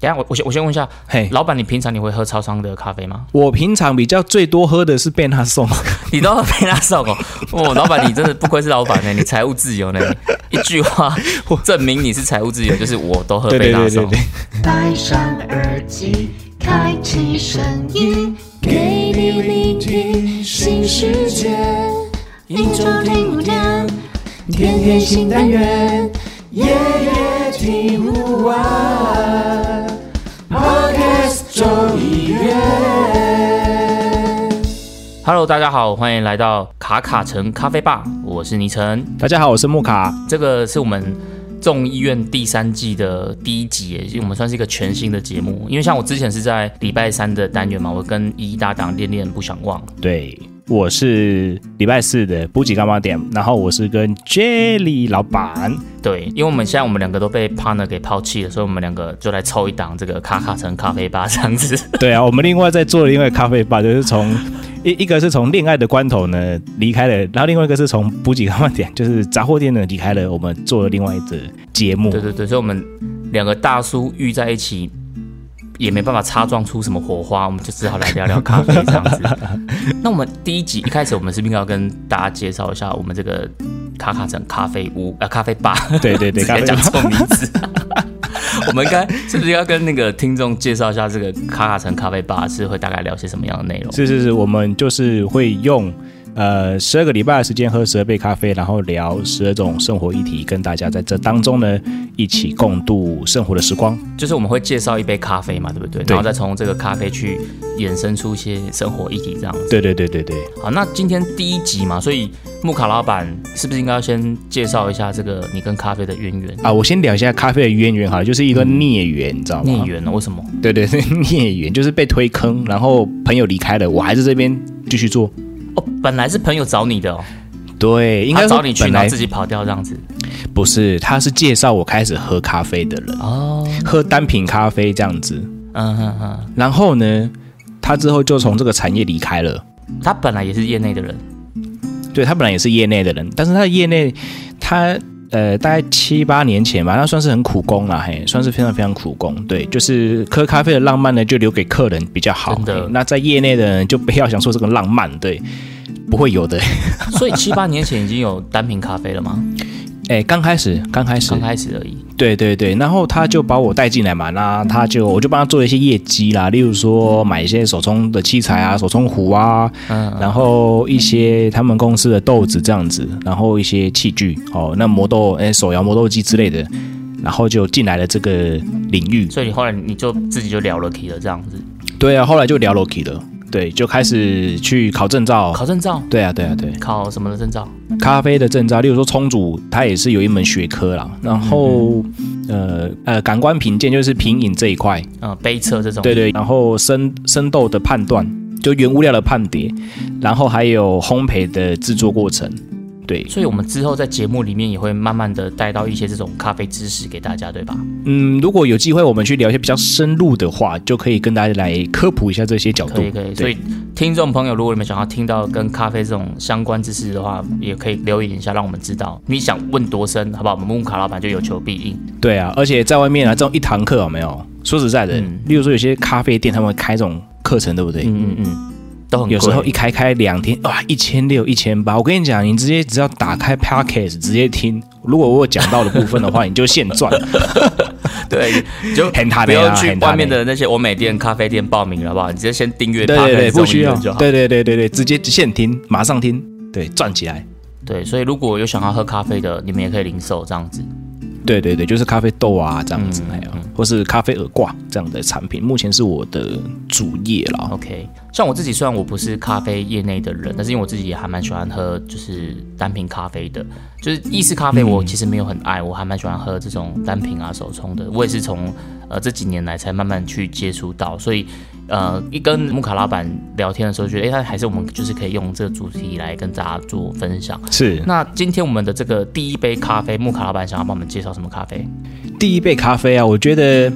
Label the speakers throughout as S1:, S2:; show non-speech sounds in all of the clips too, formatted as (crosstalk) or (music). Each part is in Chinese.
S1: 等一下我我先我先问一下，
S2: 嘿，
S1: 老板，你平常你会喝超商的咖啡
S2: (laughs)
S1: 吗？
S2: 我平常比较最多喝的是贝纳颂，
S1: 你都要被他送 (laughs) 哦！哇，老板，你真的不愧是老板
S2: (laughs)
S1: 呢、你财务自由呢、一句话证明你是财务自由，就是我都喝
S2: 对
S1: 贝
S2: 对
S1: 拉
S2: 对对
S1: 送。
S2: 对。
S3: 戴上耳机，开启声音，给你聆听新世界。一周听五天，天天新单元，夜夜听不完。Podcast 周一月。
S1: Hello，大家好，欢迎来到卡卡城咖啡吧，我是倪晨。
S2: 大家好，我是木卡。
S1: 这个是我们众议院第三季的第一集耶，我们算是一个全新的节目。因为像我之前是在礼拜三的单元嘛，我跟依依搭档恋恋不想忘，
S2: 对，我是礼拜四的补给干妈店，然后我是跟 Jelly 老板，
S1: 对，因为我们现在我们两个都被 partner 给抛弃了，所以我们两个就来凑一档这个卡卡城咖啡吧这样子。
S2: 对啊，我们另外在做另外咖啡吧，就是从一一个是从恋爱的关头呢离开了，然后另外一个是从补给干妈店，就是杂货店呢离开了，我们做了另外一个节目
S1: 对。对对，所以我们两个大叔遇在一起，也没办法擦撞出什么火花，我们就只好来聊聊咖啡这样子。那我们第一集一开始，我们是不是要跟大家介绍一下我们这个卡卡城咖啡屋啊、咖啡吧？ (laughs)
S2: 对对对，
S1: 直
S2: 咖
S1: 接
S2: 啡
S1: 讲错名字。我们应该是不是要跟那个听众介绍一下这个卡卡城咖啡吧是会大概聊些什么样的内容？
S2: 是是是，我们就是会用呃十二个礼拜的时间喝十二杯咖啡，然后聊十二种生活议题，跟大家在这当中呢一起共度生活的时光。
S1: 就是我们会介绍一杯咖啡嘛，对不对？
S2: 对
S1: 然后再从这个咖啡去衍生出一些生活议题这样子。
S2: 对对对对对，
S1: 好，那今天第一集嘛，所以木卡老板是不是应该要先介绍一下这个你跟咖啡的渊源？
S2: 啊，我先聊一下咖啡的渊源好了，就是一个孽缘，你知道吗？
S1: 孽缘呢？为什么？
S2: 对对对，孽缘就是被推坑，然后朋友离开了，我还在这边继续做。
S1: 哦，本来是朋友找你的哦，
S2: 对，应该
S1: 他
S2: 说
S1: 找你去，
S2: 本
S1: 然后
S2: 来
S1: 自己跑掉这样子。
S2: 不是，他是介绍我开始喝咖啡的人，
S1: 哦，
S2: 喝单品咖啡这样子。
S1: 嗯哼哼，
S2: 然后呢，他之后就从这个产业离开了。
S1: 他本来也是业内的
S2: (laughs)
S1: 人，
S2: 对他本来也是业内的人，但是他的业内，他呃大概七八年前吧，他算是很苦工啦，嘿，算是非常非常苦工。对，就是喝咖啡的浪漫呢，就留给客人比较好。
S1: 真的
S2: 嘿那在业内的人就不要想说这个浪漫，对，不会有的。
S1: 所以七八年前已经有单品咖啡了吗？
S2: 哎，刚开始，刚开始
S1: 刚，开始而已。
S2: 对对对，然后他就把我带进来嘛，那他就我就帮他做一些业绩啦，例如说买一些手冲的器材啊，手冲壶啊，
S1: 嗯，
S2: 然后一些他们公司的豆子这样子，然后一些器具哦，那磨豆哎手摇磨豆机之类的，然后就进来了这个领域。
S1: 所以你后来你就自己就聊了 key 了这样子，
S2: 对啊，后来就聊 Loki 了，对，就开始去考证照。
S1: 考证照，
S2: 对啊，对啊，对，
S1: 考什么的证照？
S2: 咖啡的证照，例如说冲煮，它也是有一门学科啦。然后，呃呃，感官评鉴就是品饮这一块，
S1: 嗯，杯测这种。
S2: 对对，然后生生豆的判断，就原物料的判别，然后还有烘焙的制作过程，对，
S1: 所以我们之后在节目里面也会慢慢的带到一些这种咖啡知识给大家，对吧？
S2: 嗯，如果有机会我们去聊一些比较深入的话，就可以跟大家来科普一下这些角度。
S1: 可以可以，所以听众朋友，如果你们想要听到跟咖啡这种相关知识的话，也可以留言一下，让我们知道你想问多深，好不好？我们木卡老板就有求必应。
S2: 对啊，而且在外面啊，这种一堂课有没有？说实在的，
S1: 嗯
S2: 例如说有些咖啡店他们会开这种课程，对不对？
S1: 嗯嗯嗯，都很贵
S2: 有时候一开开两天，哇，一千六、一千八，我跟你讲，你直接只要打开 podcast 直接听，如果我有讲到的部分的
S1: (laughs)
S2: 话，你就现赚，
S1: 对，就
S2: 很他
S1: 不
S2: 的
S1: 要
S2: 啊，
S1: 去
S2: 很
S1: 外
S2: 他
S1: 面。的那些欧美店、咖啡店报名了，好不好？你直接先订阅
S2: 对对对，
S1: Podcast
S2: 不需要
S1: 中医院就，好。
S2: 对对对对对，直接现听，马上听，对，赚起来。
S1: 对，所以如果有想要喝咖啡的，你们也可以零售这样子。
S2: 对对对，就是咖啡豆啊这样子，
S1: 嗯
S2: 还有或是咖啡耳挂这样的产品，目前是我的主业啦。
S1: OK，像我自己虽然我不是咖啡业内的人，但是因为我自己也还蛮喜欢喝就是单品咖啡的，就是意式咖啡我其实没有很爱，我还蛮喜欢喝这种单品啊手冲的。我也是从呃这几年来才慢慢去接触到，所以呃一跟木卡老板聊天的时候，觉得哎、他还是我们就是可以用这个主题来跟大家做分享。
S2: 是
S1: 那今天我们的这个第一杯咖啡，木卡老板想要帮我们介绍什么咖啡？
S2: 第一杯咖啡啊，我觉得，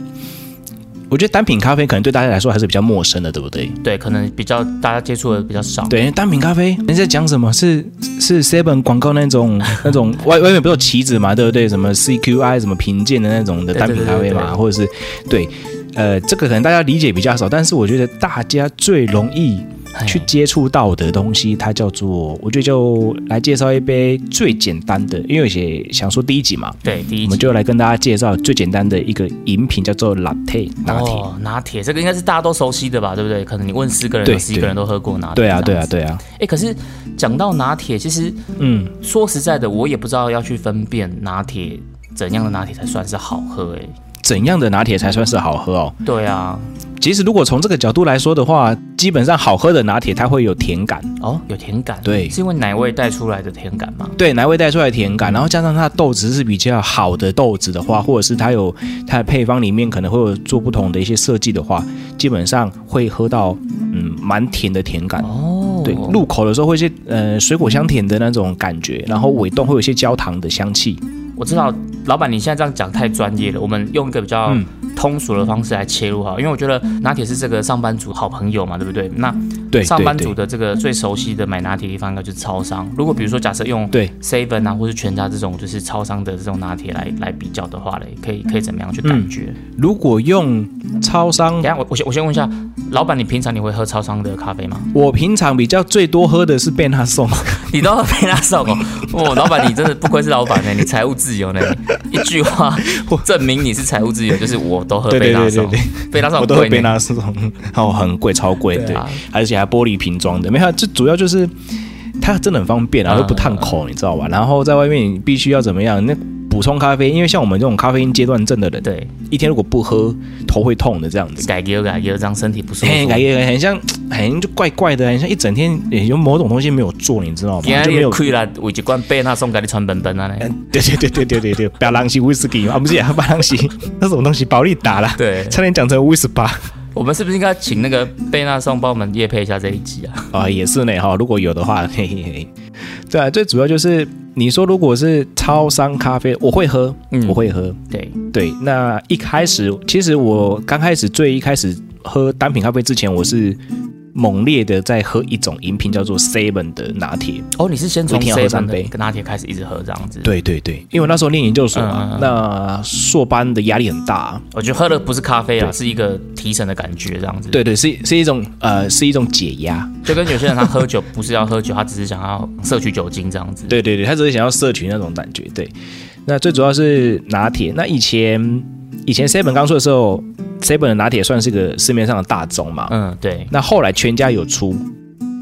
S2: 我觉得单品咖啡可能对大家来说还是比较陌生的，对不对？
S1: 对，可能比较大家接触的比较少。
S2: 对，因为单品咖啡，人家讲什么是是 Seven 广告
S1: (laughs)
S2: 那种那种外外面不是有旗子嘛，对不对？什么 CQI 什么评鉴的那种的
S1: 对
S2: 单品咖啡
S1: 对对对
S2: 嘛，
S1: 对
S2: 或者是对，呃，这个可能大家理解比较少，但是我觉得大家最容易
S1: 哎
S2: 去接触到的东西，它叫做，我觉得就来介绍一杯最简单的，因为有些想说第一集嘛，
S1: 对，第一
S2: 我们
S1: 集
S2: 就来跟大家介绍最简单的一个饮品，叫做 latte 拿铁。
S1: 哦，拿铁这个应该是大家都熟悉的吧，对不对？可能你问十个人，
S2: 对
S1: 有十一个
S2: 对
S1: 人都喝过拿铁。
S2: 对啊，
S1: 这
S2: 对
S1: 样
S2: 啊，
S1: 子。
S2: 对啊，
S1: 哎，可是讲到拿铁，其实
S2: 嗯，
S1: 说实在的，我也不知道要去分辨拿铁怎样的拿铁才算是好喝。哎，
S2: 怎样的拿铁才算是好喝哦？
S1: 对啊，
S2: 其实如果从这个角度来说的话，基本上好喝的拿铁它会有甜感，
S1: 哦，有甜感，
S2: 对
S1: 是因为奶味带出来的甜感吗？
S2: 对，奶味带出来的甜感，然后加上它的豆子是比较好的豆子的话，或者是它有它的配方里面可能会有做不同的一些设计的话，基本上会喝到嗯蛮甜的甜感。
S1: 哦，
S2: 对，入口的时候会是呃水果香甜的那种感觉，然后尾段会有一些焦糖的香气。
S1: 我知道，老板你现在这样讲太专业了，我们用一个比
S2: 嗯
S1: 较通俗的方式来切入哈，因为我觉得拿铁是这个上班族好朋友嘛，对不对？那
S2: 对，
S1: 上班
S2: 对
S1: 族的这个最熟悉的买拿铁地方应该就是超商。如果比如说假设用
S2: 对
S1: Seven 啊，或是全家这种就是超商的这种拿铁来来比较的话嘞，可以可以怎么样去
S2: 嗯
S1: 感觉？
S2: 如果用超
S1: 等
S2: 商
S1: 一，下我我先我先问一下，老板你平常你会喝超商的咖啡吗？ (laughs)
S2: 我平常比较最多喝的是贝纳颂，
S1: 你都要被他 (laughs) 送哦！哦，老板，你真的不愧是老
S2: (laughs)
S1: 板呢、你财务自由呢、一句话证明你是财务
S2: (laughs)
S1: 自由，就是我都喝
S2: 对
S1: 贝
S2: 对
S1: 拉
S2: 对
S1: 送
S2: 对，
S1: 贝拉送
S2: 我
S1: 很
S2: 都喝
S1: 贵
S2: 贝
S1: 呢、
S2: 纳颂，哦， (laughs) 很贵，超贵，对
S1: 对啊，
S2: 而且还玻璃瓶装的，没有，这主要就是它真的很方便啊，
S1: 嗯
S2: 又不烫口，你知道吧？然后在外面你必须要怎么样？那补充咖啡，因为像我们这种咖啡因阶段症的人，
S1: 对，
S2: 一天如果不喝，头会痛的这样子。哎
S1: 改革改革，让身体不舒服。
S2: 嘿，感觉很像，很就怪怪的，很像一整天也有某种东西没有做，你知道
S1: 今
S2: 吗？就没
S1: 天
S2: 有呃
S1: 你亏了，我一罐贝拉送给你穿本本啊呢。
S2: 对对对对对对对，白兰西威士忌啊，不是白兰西， (laughs) 那什么东西？保利达啦，
S1: 对
S2: 差点讲成威士巴
S1: 我们是不是应该请那个贝纳颂帮我们夜配一下这一集啊？
S2: 啊，也是呢哈。如果有的话，嘿嘿嘿。对啊，最主要就是你说如果是超商咖啡，我会喝，
S1: 嗯
S2: 我会喝。
S1: 对，
S2: 对，那一开始其实我刚开始最一开始喝单品咖啡之前，我是猛烈的在喝一种饮品叫做 Seven 的拿铁。
S1: 哦，你是先
S2: 我
S1: 从
S2: 一天要喝
S1: seven
S2: 三杯
S1: 的拿铁开始一直喝这样子。，
S2: 对对对，因为我那时候念研究所嘛，
S1: 嗯嗯嗯
S2: 那硕班的压力很大。啊
S1: 我觉得喝的不是咖啡啊，
S2: 对
S1: 是一个提神的感觉这样子。
S2: 对对，是是一种呃，是一种解压。
S1: 就跟有些人他喝酒不是要喝酒，他只是想要摄取酒精这样子。
S2: 对对对，他只是想要摄取那种感觉。对，那最主要是拿铁。那以前以前 Seven 刚出的时候，Seven 的拿铁算是个市面上的大宗嘛。
S1: 嗯，对，
S2: 那后来全家有出，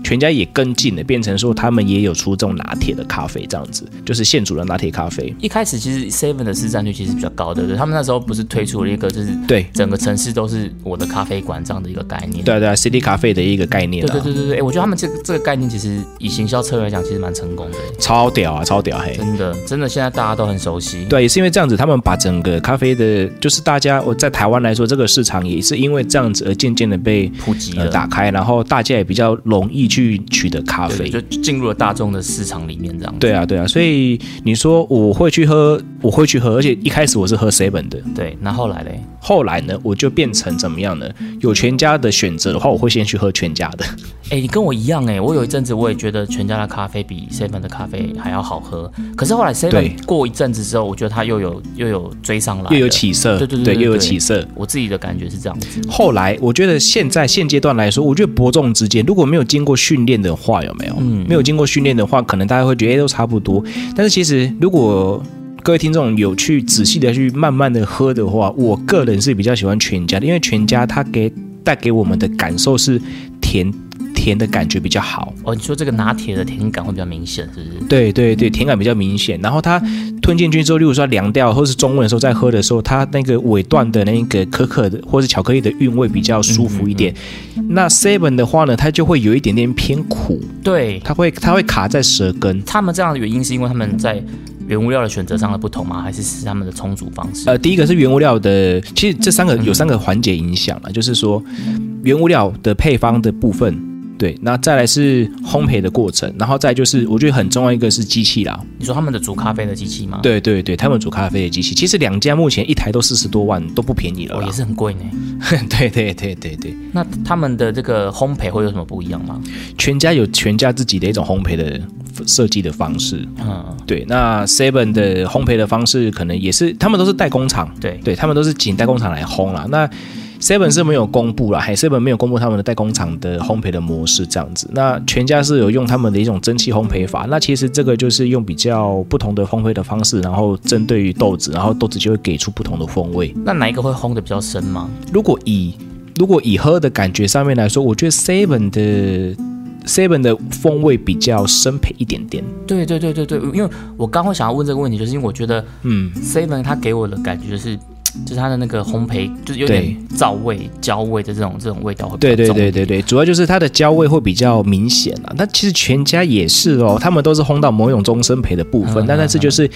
S2: 全家也跟进了，变成说他们也有出这种拿铁的咖啡，这样子就是现煮的拿铁咖啡。
S1: 一开始其实 Seven 的市占率其实比较高，对不对？他们那时候不是推出了一个就是
S2: 对
S1: 整个城市都是我的咖啡馆这样的一个概念。
S2: 对啊对啊，City 咖啡的一个概念
S1: 对
S2: 啊，
S1: 对对对对，哎我觉得他们这个这个概念其实以行销策略来讲，其实蛮成功的，
S2: 超屌啊，超屌嘿。
S1: 真的真的现在大家都很熟悉。
S2: 对，也是因为这样子，他们把整个咖啡的，就是大家我在台湾来说，这个市场也是因为这样子而渐渐的被
S1: 普及
S2: 呃
S1: 了，
S2: 打开，然后大家也比较容易去取得咖
S1: 对
S2: 啡。
S1: 啊就进入了大众的市场里面这样子。
S2: 对啊，对啊，所以你说我会去喝，我会去喝，而且一开始我是喝 seven 的，
S1: 对，那后来嘞，
S2: 后来呢，我就变成怎么样呢？有全家的选择的话，我会先去喝全家的。
S1: 哎，你跟我一样哎，我有一阵子我也觉得全家的咖啡比 Seven 的咖啡还要好喝，可是后来
S2: 对
S1: Seven 过一阵子之后，我觉得它又有又有追上来了，
S2: 又有起色，
S1: 哎对对对对
S2: 又有
S1: 对
S2: 起色。
S1: 我自己的感觉是这样子，
S2: 后来我觉得现在现阶段来说，我觉得伯仲之间，如果没有经过训练的话，有没有？
S1: 嗯
S2: 没有经过训练的话，可能大家会觉得、哎都差不多。但是其实如果各位听众有去仔细的去慢慢的喝的话，我个人是比较喜欢全家的，因为全家它给带给我们的感受是甜甜的感觉比较好。
S1: 哦，你说这个拿铁的甜感会比较明显，是不是？
S2: 对对对，甜感比较明显。然后它吞进去之后，例如说它凉掉，或是中温的时候再喝的时候，它那个尾段的那个可可的或是巧克力的韵味比较舒服一点。那 seven 的话呢，它就会有一点点偏苦，
S1: 对，
S2: 它会它会卡在舌根。
S1: 他们这样的原因是因为他们在原物料的选择上的不同吗？还是是他们的冲煮方式？
S2: 呃，第一个是原物料的，其实这三个有三个环节影响了，啊就是说原物料的配方的部分，对，那再来是烘焙的过程，然后再就是我觉得很重要一个是机器啦，
S1: 你说他们的煮咖啡的机器吗？，
S2: 对对对，他们煮咖啡的机器，其实两家目前一台都四十多万，都不便宜了
S1: 哦，
S2: 啦。
S1: 也是很贵呢。
S2: (laughs) 对对对对对，
S1: 那他们的这个烘焙会有什么不一样吗？
S2: 全家有全家自己的一种烘焙的设计的方式。
S1: 嗯，
S2: 对，那 Seven 的烘焙的方式可能也是，他们都是代工厂，
S1: 对，
S2: 对他们都是请代工厂来烘啦。那 Seven 是没有公布啦，嘿，Seven 没有公布他们的代工厂的烘焙的模式这样子。那全家是有用他们的一种蒸汽烘焙法，那其实这个就是用比较不同的烘焙的方式，然后针对于豆子，然后豆子就会给出不同的风味。
S1: 那哪一个会烘的比较深吗？
S2: 如果以如果以喝的感觉上面来说，我觉得 Seven 的 Seven 的风味比较深培一点点。
S1: 对对对对对，因为我刚会想要问这个问题，就是因为我觉得
S2: 嗯，
S1: Seven 它给我的感觉就是，就是它的那个烘焙就是有点燥味、焦味的这种这种味道会比
S2: 对
S1: 较
S2: 对
S1: 重。
S2: 对对对，主要就是它的焦味会比较明显啊。那其实全家也是哦，他们都是烘到某种终身焙的部分，
S1: 嗯
S2: 但但是就是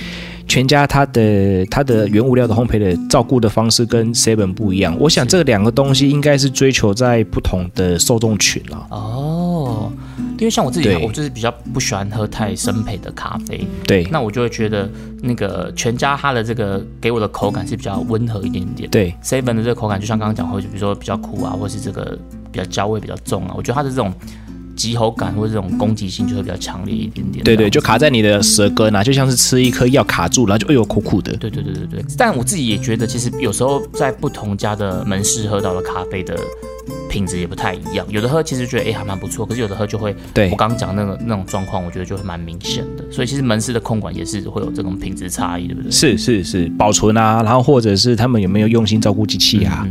S2: 全家它的它的原物料的烘焙的照顾的方式跟 Seven 不一样。我想这两个东西应该是追求在不同的受众群啊啦。
S1: 哦，因为像我自己，啊
S2: 对
S1: 我就是比较不喜欢喝太深焙的咖啡，
S2: 对
S1: 那我就会觉得那个全家它的这个给我的口感是比较温和一点点。
S2: 对
S1: Seven 的这个口感，就像刚刚讲过，就比如说比较苦啊，或是这个比较焦味比较重啊，我觉得它的这种急喉感或者这种攻击性就会比较强烈一点点。
S2: 对
S1: 这
S2: 对，
S1: 样
S2: 就卡在你的舌根啊，就像是吃一颗药卡住，然后就哎呦苦苦的。
S1: 对对对对对，但我自己也觉得，其实有时候在不同家的门市喝到的咖啡的品质也不太一样，有的喝其实觉得哎、诶还蛮不错，可是有的喝就会，
S2: 对
S1: 我刚刚讲那个那种状况，我觉得就会蛮明显的。所以其实门市的控管也是会有这种品质差异，对不对？
S2: 是是是，保存啊，然后或者是他们有没有用心照顾机器啊，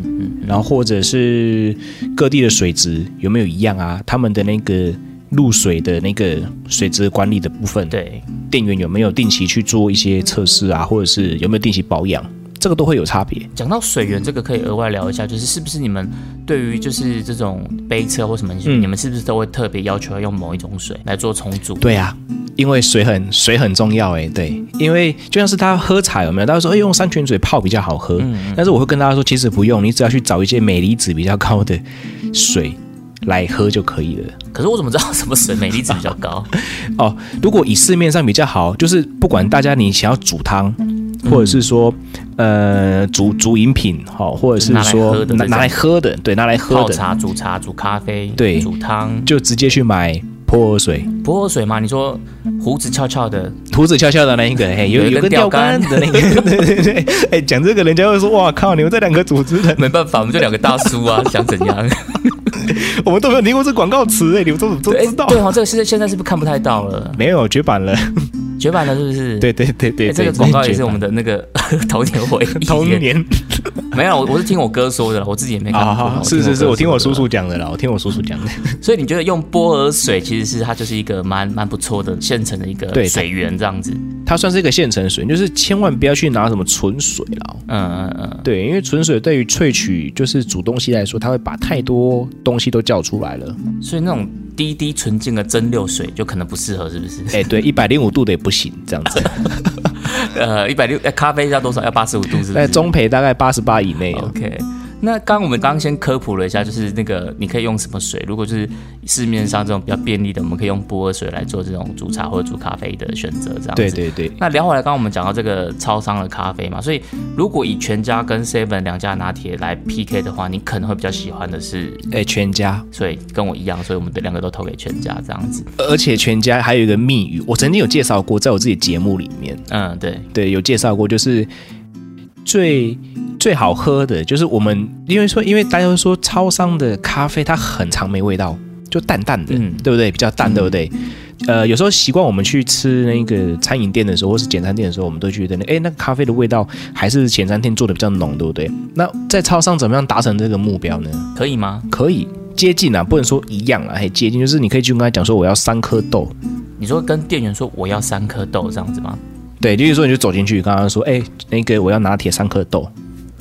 S2: 然后或者是各地的水质有没有一样啊，他们的那个入水的那个水质管理的部分，
S1: 对，
S2: 店员有没有定期去做一些测试啊，或者是有没有定期保养，这个都会有差别。
S1: 讲到水源这个可以额外聊一
S2: 嗯
S1: 下，就是是不是你们对于就是这种杯车或什么，
S2: 嗯
S1: 你们是不是都会特别要求要用某一种水来做重组？
S2: 对啊，因为水很水很重要哎，对，因为就像是他喝茶有没有？大家说哎用山泉水泡比较好喝，
S1: 嗯
S2: 但是我会跟大家说，其实不用，你只要去找一些镁离子比较高的水来喝就可以了。
S1: 可是我怎么知道什么水镁离子比较高？
S2: 哦，如果以市面上比较好，就是不管大家你想要煮汤，
S1: 嗯
S2: 或者是说、呃煮煮饮品，好、或者是说
S1: 拿来喝的这种
S2: 拿来喝的，对，拿来 (laughs) 喝
S1: 泡
S2: 的，
S1: 茶、煮茶、煮咖啡、
S2: 对
S1: 煮汤，
S2: 就直接去买泼河水，
S1: 薄荷水嘛，你说胡子翘翘的，
S2: 胡子翘翘的那一个，
S1: (laughs)
S2: 嘿，有
S1: 有一根
S2: 根
S1: 钓
S2: 钓竿
S1: 竿
S2: 的
S1: (laughs)
S2: 那个，对对对，哎，讲这个人家会说哇靠，你们这两个组织人，
S1: 没办法，我们就两个大叔啊，想怎
S2: (laughs)
S1: 样？
S2: 我们都没有听过这广告词哎，你们都都
S1: 对，
S2: 知道？
S1: 对哦，这个现在现在是不是看不太到了？
S2: 没有绝版了， (laughs)
S1: 绝版了是不是？
S2: 对对对对
S1: 哎。这个
S2: 对
S1: 广告也
S2: 绝
S1: 是
S2: 版
S1: 我们的那个 (laughs) 童年回忆。
S2: 童年
S1: 没有，我我是听我哥说的啦，我自己也没看过啦
S2: 啊，是是是，我听我叔
S1: 说的啦。
S2: 叔讲的啦，我听我叔叔讲的。 (laughs)
S1: 所以你觉得用波尔水其实是它就是一个蛮蛮不错的现成的一个
S2: 对它
S1: 水源这样子。
S2: 它算是一个现成水，就是千万不要去拿什么纯水啦。
S1: 嗯嗯嗯，
S2: 对，因为纯水对于萃取就是煮东西来说，它会把太多东西都叫出来
S1: (laughs)
S2: 了。
S1: 所以那种滴滴纯净的蒸馏水就可能不适合，是不
S2: (laughs)
S1: 是？
S2: 哎，对，一百零五度的也不行，这样
S1: (laughs)
S2: 子。
S1: 呃，一百六，咖啡要多少？要八十五度是不
S2: 那
S1: 是？
S2: 中培大概八十八以内啊。
S1: OK，那刚我们刚先科普了一下，就是那个你可以用什么水？如果就是市面上这种比较便利的，我们可以用波尔水来做这种煮茶或者煮咖啡的选择，这样子。
S2: 对。对对，
S1: 那聊回来，刚刚我们讲到这个超商的咖啡嘛，所以如果以全家跟 Seven 两家拿铁来 PK 的话，你可能会比较喜欢的是，
S2: 哎，全家，
S1: 所以跟我一样，所以我们的两个都投给全家这样子。
S2: 而且全家还有一个密语，我曾经有介绍过，在我自己节目里面，
S1: 嗯，对，
S2: 对，有介绍过，就是最最好喝的，就是我们因为说，因为大家都说超商的咖啡它很常没味道，就淡淡的，
S1: 嗯
S2: 对不对？比较淡，对不对？呃，有时候习惯我们去吃那个餐饮店的时候，或是简餐店的时候，我们都觉得那哎，那个咖啡的味道还是简餐店做的比较浓，对不对？那在超商怎么样达成这个目标呢？
S1: 可以吗？
S2: 可以接近啊，不能说一样啊，嘿，接近就是你可以去跟他讲说我要三颗豆，
S1: 你说跟店员说我要三颗豆这样子吗？
S2: 对，例如说你就走进去，跟他说，哎，那个我要拿铁三颗豆，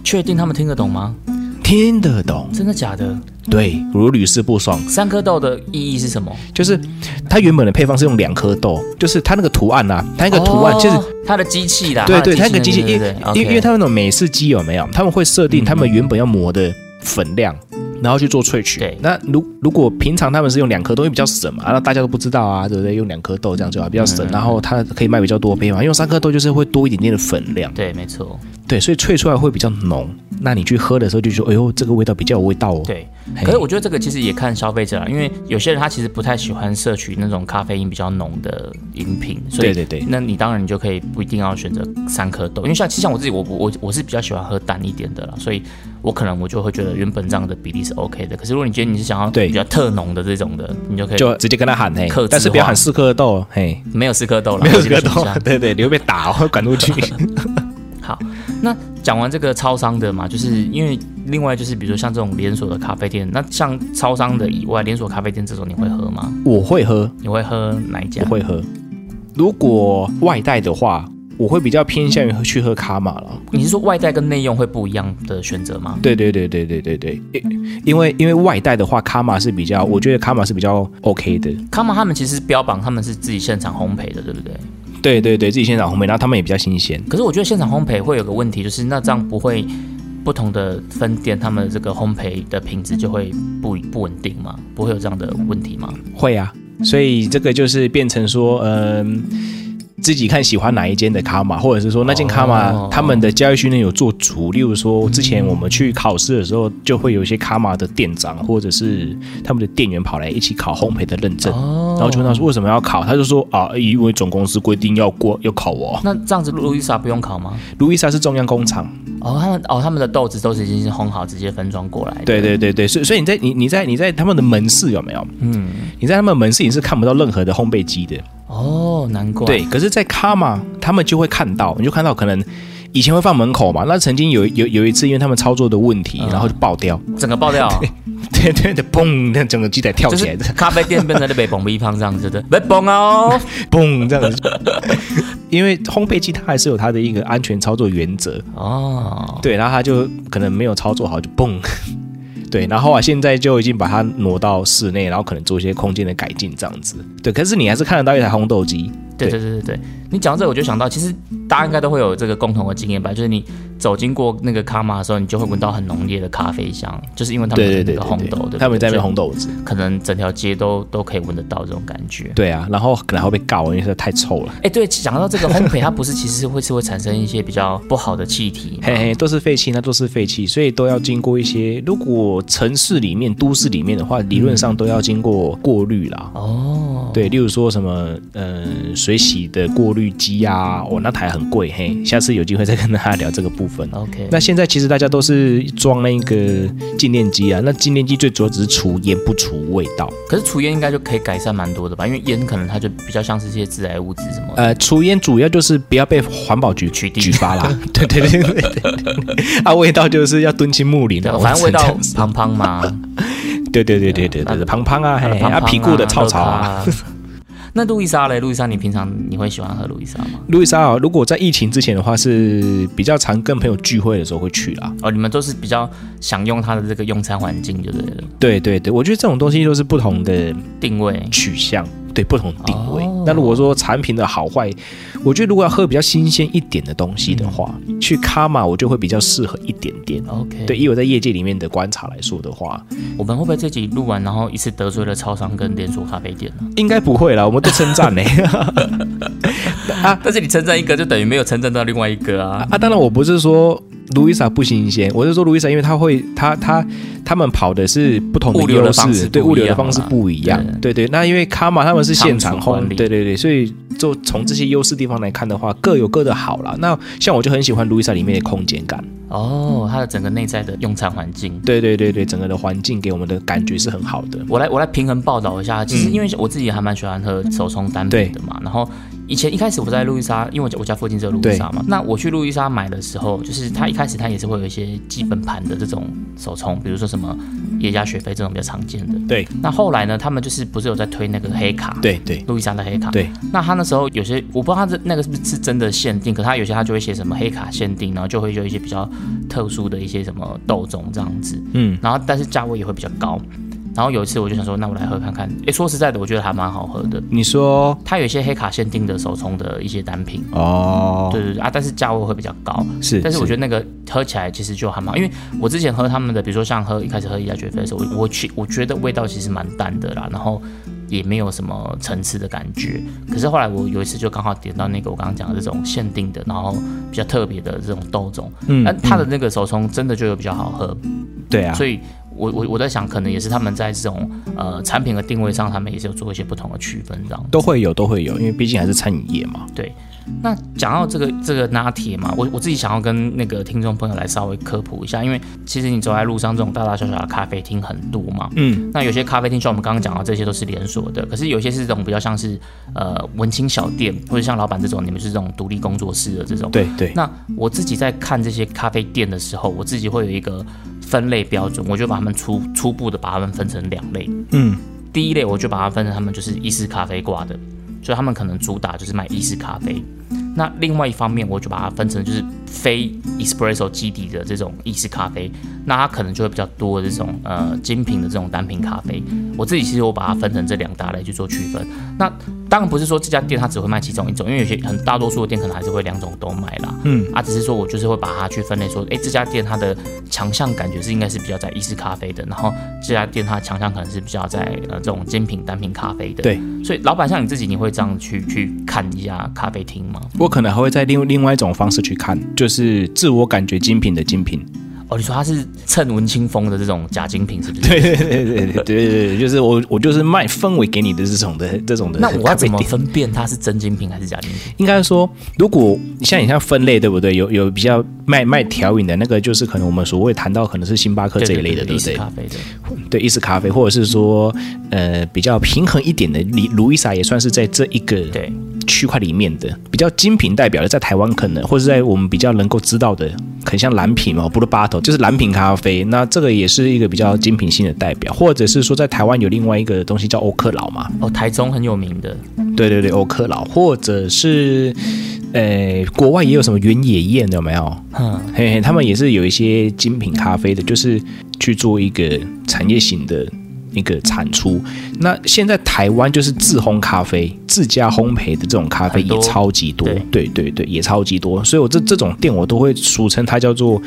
S1: 确定他们听得懂吗？
S2: 听得懂，
S1: 真的假的？
S2: 对，如屡试不爽。
S1: 三颗豆的意义是什么？
S2: 就是它原本的配方是用两颗豆，就是它那个图案啊，它那个图案就是、
S1: 哦它的机器啦，
S2: 对对，
S1: 它
S2: 它那
S1: 的
S2: 个机器，
S1: 对
S2: 因
S1: 对
S2: 为
S1: 对，OK 嗯
S2: 因为因为它那种美式机有没有，他们会设定他们原本要磨的粉量。然后去做萃取。
S1: 对
S2: 那如如果平常他们是用两颗豆，因为比较省嘛，那大家都不知道啊，对不对？用两颗
S1: 嗯
S2: 豆这样就好，比较省。然后它可以卖比较多杯嘛，用三颗豆就是会多一点点的粉量。
S1: 对，没错，
S2: 对，所以萃出来会比较浓。那你去喝的时候就说，哎呦，这个味道比较有味道哦。
S1: 对，
S2: 嘿，
S1: 可是我觉得这个其实也看消费者啊啦，因为有些人他其实不太喜欢摄取那种咖啡因比较浓的饮品，所以
S2: 对对对
S1: 那你当然你就可以不一定要选择三颗豆，因为像其实像我自己，我我我我是比较喜欢喝淡一点的啦，所以我可能我就会觉得原本这样的比例是 OK 的。可是如果你觉得你是想要
S2: 对
S1: 比较特浓的这种的，你就可以
S2: 就直接跟他喊嘿
S1: 克制，
S2: 但是不要
S1: 化
S2: 喊四颗豆，嘿，
S1: (laughs) 没有四颗豆了，
S2: 没有
S1: 我
S2: 四
S1: 记得
S2: 颗
S1: 是
S2: 豆
S1: 这样，
S2: 对对，你会被打哦， (laughs) 赶
S1: (laughs)
S2: 出去。
S1: 好，那讲完这个超商的嘛，就是因为另外就是比如说像这种连锁的咖啡店，那像超商的以外，连锁咖啡店这种你会喝吗？
S2: 我会喝，
S1: 你会喝哪一家
S2: 我？会喝。如果外带的话，我会比较偏向于去喝卡玛了。
S1: 你是说外带跟内用会不一样的选择吗？
S2: 对对对对对对对，因因为因为外带的话，卡玛是比较，我觉得卡玛是比较 OK 的。
S1: 卡玛他们其实标榜他们是自己现场烘焙的，对不对？
S2: 对对对，自己现场烘焙，然后他们也比较新鲜。
S1: 可是我觉得现场烘焙会有个问题，就是那这样不会不同的分店他们的这个烘焙的品质就会不不稳定吗？不会有这样的问题吗？
S2: 会啊，所以这个就是变成说，嗯、自己看喜欢哪一间的卡玛，或者是说那间卡玛、
S1: 哦
S2: 他们的教育训练有做足。例如说，之前我们去考试的时候，就会有一些卡玛的店长或者是他们的店员跑来一起考烘焙的认证。
S1: 哦
S2: 然后就问他说为什么要考，他就说啊，因为总公司规定要过要考哦。
S1: 那这样子路易莎不用烤吗？
S2: 路易莎是中央工厂，
S1: 哦，他们哦他们的豆子都是已经是烘好直接分装过来的。
S2: 对对对对，所以所以你在你你在你在他们的门市有没有？嗯，你在他们门市你是看不到任何的烘焙机的。
S1: 哦，难怪。
S2: 对，可是，在卡玛他们就会看到，你就看到可能以前会放门口嘛，那曾经有有有一次，因为他们操作的问题，然后就爆掉， (laughs)
S1: 整个爆掉，
S2: 对对对，砰，那整个机台跳
S1: 就
S2: 起
S1: 是
S2: (laughs) 来，
S1: 咖啡店变成了被崩逼胖这样子的，被崩哦。
S2: 砰这样子。因为烘焙机它还是有它的一个安全操作原则，
S1: 哦，
S2: 对，然后它就可能没有操作好就砰。 (laughs) 对，然后啊，现在就已经把它挪到室内，然后可能做一些空间的改进，这样子。对，可是你还是看得到一台烘豆机，
S1: 对对对对对，你讲到这个我就想到，其实大家应该都会有这个共同的经验吧，就是你走经过那个卡玛的时候，你就会闻到很浓烈的咖啡香，就是因为他们
S2: 对对
S1: 有那个
S2: 对
S1: 烘
S2: 对
S1: 豆，对不
S2: 对，
S1: 对
S2: 他们在那边
S1: 所以
S2: 烘豆子，
S1: 可能整条街都都可以闻得到这种感觉。
S2: 对啊，然后可能还会被告，因为实在太臭了。
S1: 哎，对，讲到这个烘焙，它不是其实会是会产生一些比较不好的气体嘛，
S2: (laughs) 嘿嘿，都是废气，那都是废气，所以都要经过一些。如果城市里面、都市里面的话，理论上都要经过过滤啦。
S1: 哦，
S2: 对，例如说什么，嗯、水洗的过滤机啊，哦，那台很贵，嘿，下次有机会再跟大家聊这个部分。啊
S1: ，OK，
S2: 那现在其实大家都是装那个静电机啊，那静电机最主要只是除烟不除味道，
S1: 可是除烟应该就可以改善蛮多的吧，因为烟可能它就比较像是一些致癌物质什么的。
S2: 呃，除烟主要就是不要被环保局
S1: 取缔
S2: 举发啦，对对对对对对，啊，味道就是要蹲进木林
S1: 对
S2: 的，
S1: 啊，反正味
S2: 我只能这
S1: 道
S2: 样说
S1: 胖胖
S2: (laughs)
S1: 嘛，
S2: 对对对对对对，胖胖啊，嘿，
S1: 呃胖胖
S2: 啊屁股的草草啊。
S1: 乐咖。 (laughs) 那路易莎嘞？路易莎，你平常你会喜欢喝路易莎吗？
S2: 路易莎啊，如果在疫情之前的话，是比较常跟朋友聚会的时候会去啦。
S1: 哦，你们都是比较享用它的这个用餐环境就对了，
S2: 对对对，我觉得这种东西都是不同的
S1: 定位。
S2: 取向，对不同的定位。
S1: 哦
S2: 那如果说产品的好坏，我觉得如果要喝比较新鲜一点的东西的话，去卡玛我就会比较适合一点点。
S1: OK，
S2: 对，，以我在业界里面的观察来说的话，
S1: 我们会不会这集录完，然后一次得罪了超商跟连锁咖啡店啊呢、
S2: 应该不会啦，我们都称赞呢。欸
S1: 但是你称赞一个，就等于没有称赞到另外一个啊。
S2: 啊，当然我不是说路易莎不新鲜，我是说路易莎，因为他会他他他们跑的是不同的
S1: 物流的
S2: 优势
S1: 方式
S2: 对
S1: 不一
S2: 物流的
S1: 样啊
S2: 方式
S1: 嘛
S2: 不一样，对对。那因为卡玛他们是现场
S1: 仓储管
S2: 烘
S1: 理，
S2: 对对对，所以就从这些优势地方来看的话，各有各的好啦。那像我就很喜欢路易莎里面的空间感，
S1: 哦，它的整个内在的用餐环境。
S2: 对对对对，整个的环境给我们的感觉是很好的。
S1: 我来我来平衡报道一下，其实因为我自己还蛮喜欢喝手冲单品的嘛，然后以前一开始我在路易莎，因为我家我家附近只有路易莎嘛，那我去路易莎买的时候，就是它一开始它也是会有一些基本盘的这种手冲，比如说什么耶加雪菲这种比较常见的。
S2: 对
S1: 那后来呢，他们就是不是有在推那个黑卡？。
S2: 对对
S1: 路易莎的黑卡，
S2: 对，
S1: 那他那时候有些我不知道他是那个是不是真的限定，可他有些他就会写什么黑卡限定，然后就会有一些比较特殊的一些什么豆种这样子，
S2: 嗯，
S1: 然后但是价位也会比较高。然后有一次我就想说，那我来喝看看。诶，说实在的，我觉得还蛮好喝的。
S2: 你说
S1: 它有一些黑卡限定的手冲的一些单品，
S2: 哦，
S1: 对对对啊，但是价位会比较高。
S2: 是
S1: 但是我
S2: 是
S1: 觉得那个喝起来其实就还蛮好，因为我之前喝他们的，比如说像喝一开始喝伊拉爵菲的时候，我我去我觉得味道其实蛮淡的啦，然后也没有什么层次的感觉。可是后来我有一次就刚好点到那个我刚刚讲的这种限定的，然后比较特别的这种豆种，
S2: 嗯
S1: 但它的那个手冲真的就有比较好喝，
S2: 对啊，
S1: 所以我我我在想，可能也是他们在这种呃产品的定位上，他们也是有做一些不同的区分这样子。
S2: 都会有都会有，因为毕竟还是餐饮业嘛。
S1: 对，那讲到这个这个拿铁嘛，我我自己想要跟那个听众朋友来稍微科普一下，因为其实你走在路上，这种大大小小的咖啡厅很多嘛。
S2: 嗯，
S1: 那有些咖啡厅，像我们刚刚讲到，这些都是连锁的，可是有些是这种比较像是呃文青小店，或者像老板这种，你们是这种独立工作室的这种。
S2: 对对，
S1: 那我自己在看这些咖啡店的时候，我自己会有一个分类标准，我就把它们初初步的把它们分成两类。
S2: 嗯，
S1: 第一类我就把它分成他们就是意式咖啡挂的，所以他们可能主打就是卖意式咖啡。那另外一方面，我就把它分成就是非 espresso 基底的这种意式咖啡，那它可能就会比较多的这种呃精品的这种单品咖啡。我自己其实我把它分成这两大类去做区分。那当然不是说这家店它只会卖其中一种，因为有些很大多数的店可能还是会两种都卖啦。嗯，啊，只是说我就是会把它去分类说，诶，这家店它的强项感觉是应该是比较在意式咖啡的，然后这家店它的强项可能是比较在呃这种精品单品咖啡的。
S2: 对，
S1: 所以老板像你自己，你会这样去去看一下咖啡厅吗？
S2: 我可能还会在另另外一种方式去看，就是自我感觉精品的精品。
S1: 哦，你说它是趁文青风的这种假精品，是不是？
S2: (laughs) (laughs) 对对对对对对对，就是我我就是卖氛围给你的这种的这种的
S1: 那我要
S2: 咖啡
S1: 怎么
S2: 店。
S1: 分辨它是真精品还是假精品？
S2: 应该说，如果像你像分类对不对？有有比较卖卖调饮的那个，就是可能我们所谓谈到可能是星巴克这一类的，对
S1: 意
S2: 不
S1: 式
S2: 对？
S1: 咖啡的。
S2: 对意式咖啡，或者是说呃比较平衡一点的，卢卢伊莎也算是在这一个
S1: 对，
S2: 区块里面的比较精品代表的，在台湾可能或者在我们比较能够知道的，很像蓝瓶嘛，布鲁巴头就是蓝瓶咖啡。那这个也是一个比较精品性的代表，或者是说在台湾有另外一个东西叫欧克劳嘛，
S1: 哦，台中很有名的，
S2: 对对对，欧克劳，或者是呃国外也有什么原野宴有没有？
S1: 哼，
S2: 嘿嘿，他们也是有一些精品咖啡的，就是去做一个产业型的一个产出。那现在台湾就是自烘咖啡、自家烘焙的这种咖啡
S1: 很多
S2: 也超级多，
S1: 对
S2: 对对对，也超级多。所以我这这种店我都会俗称它叫做，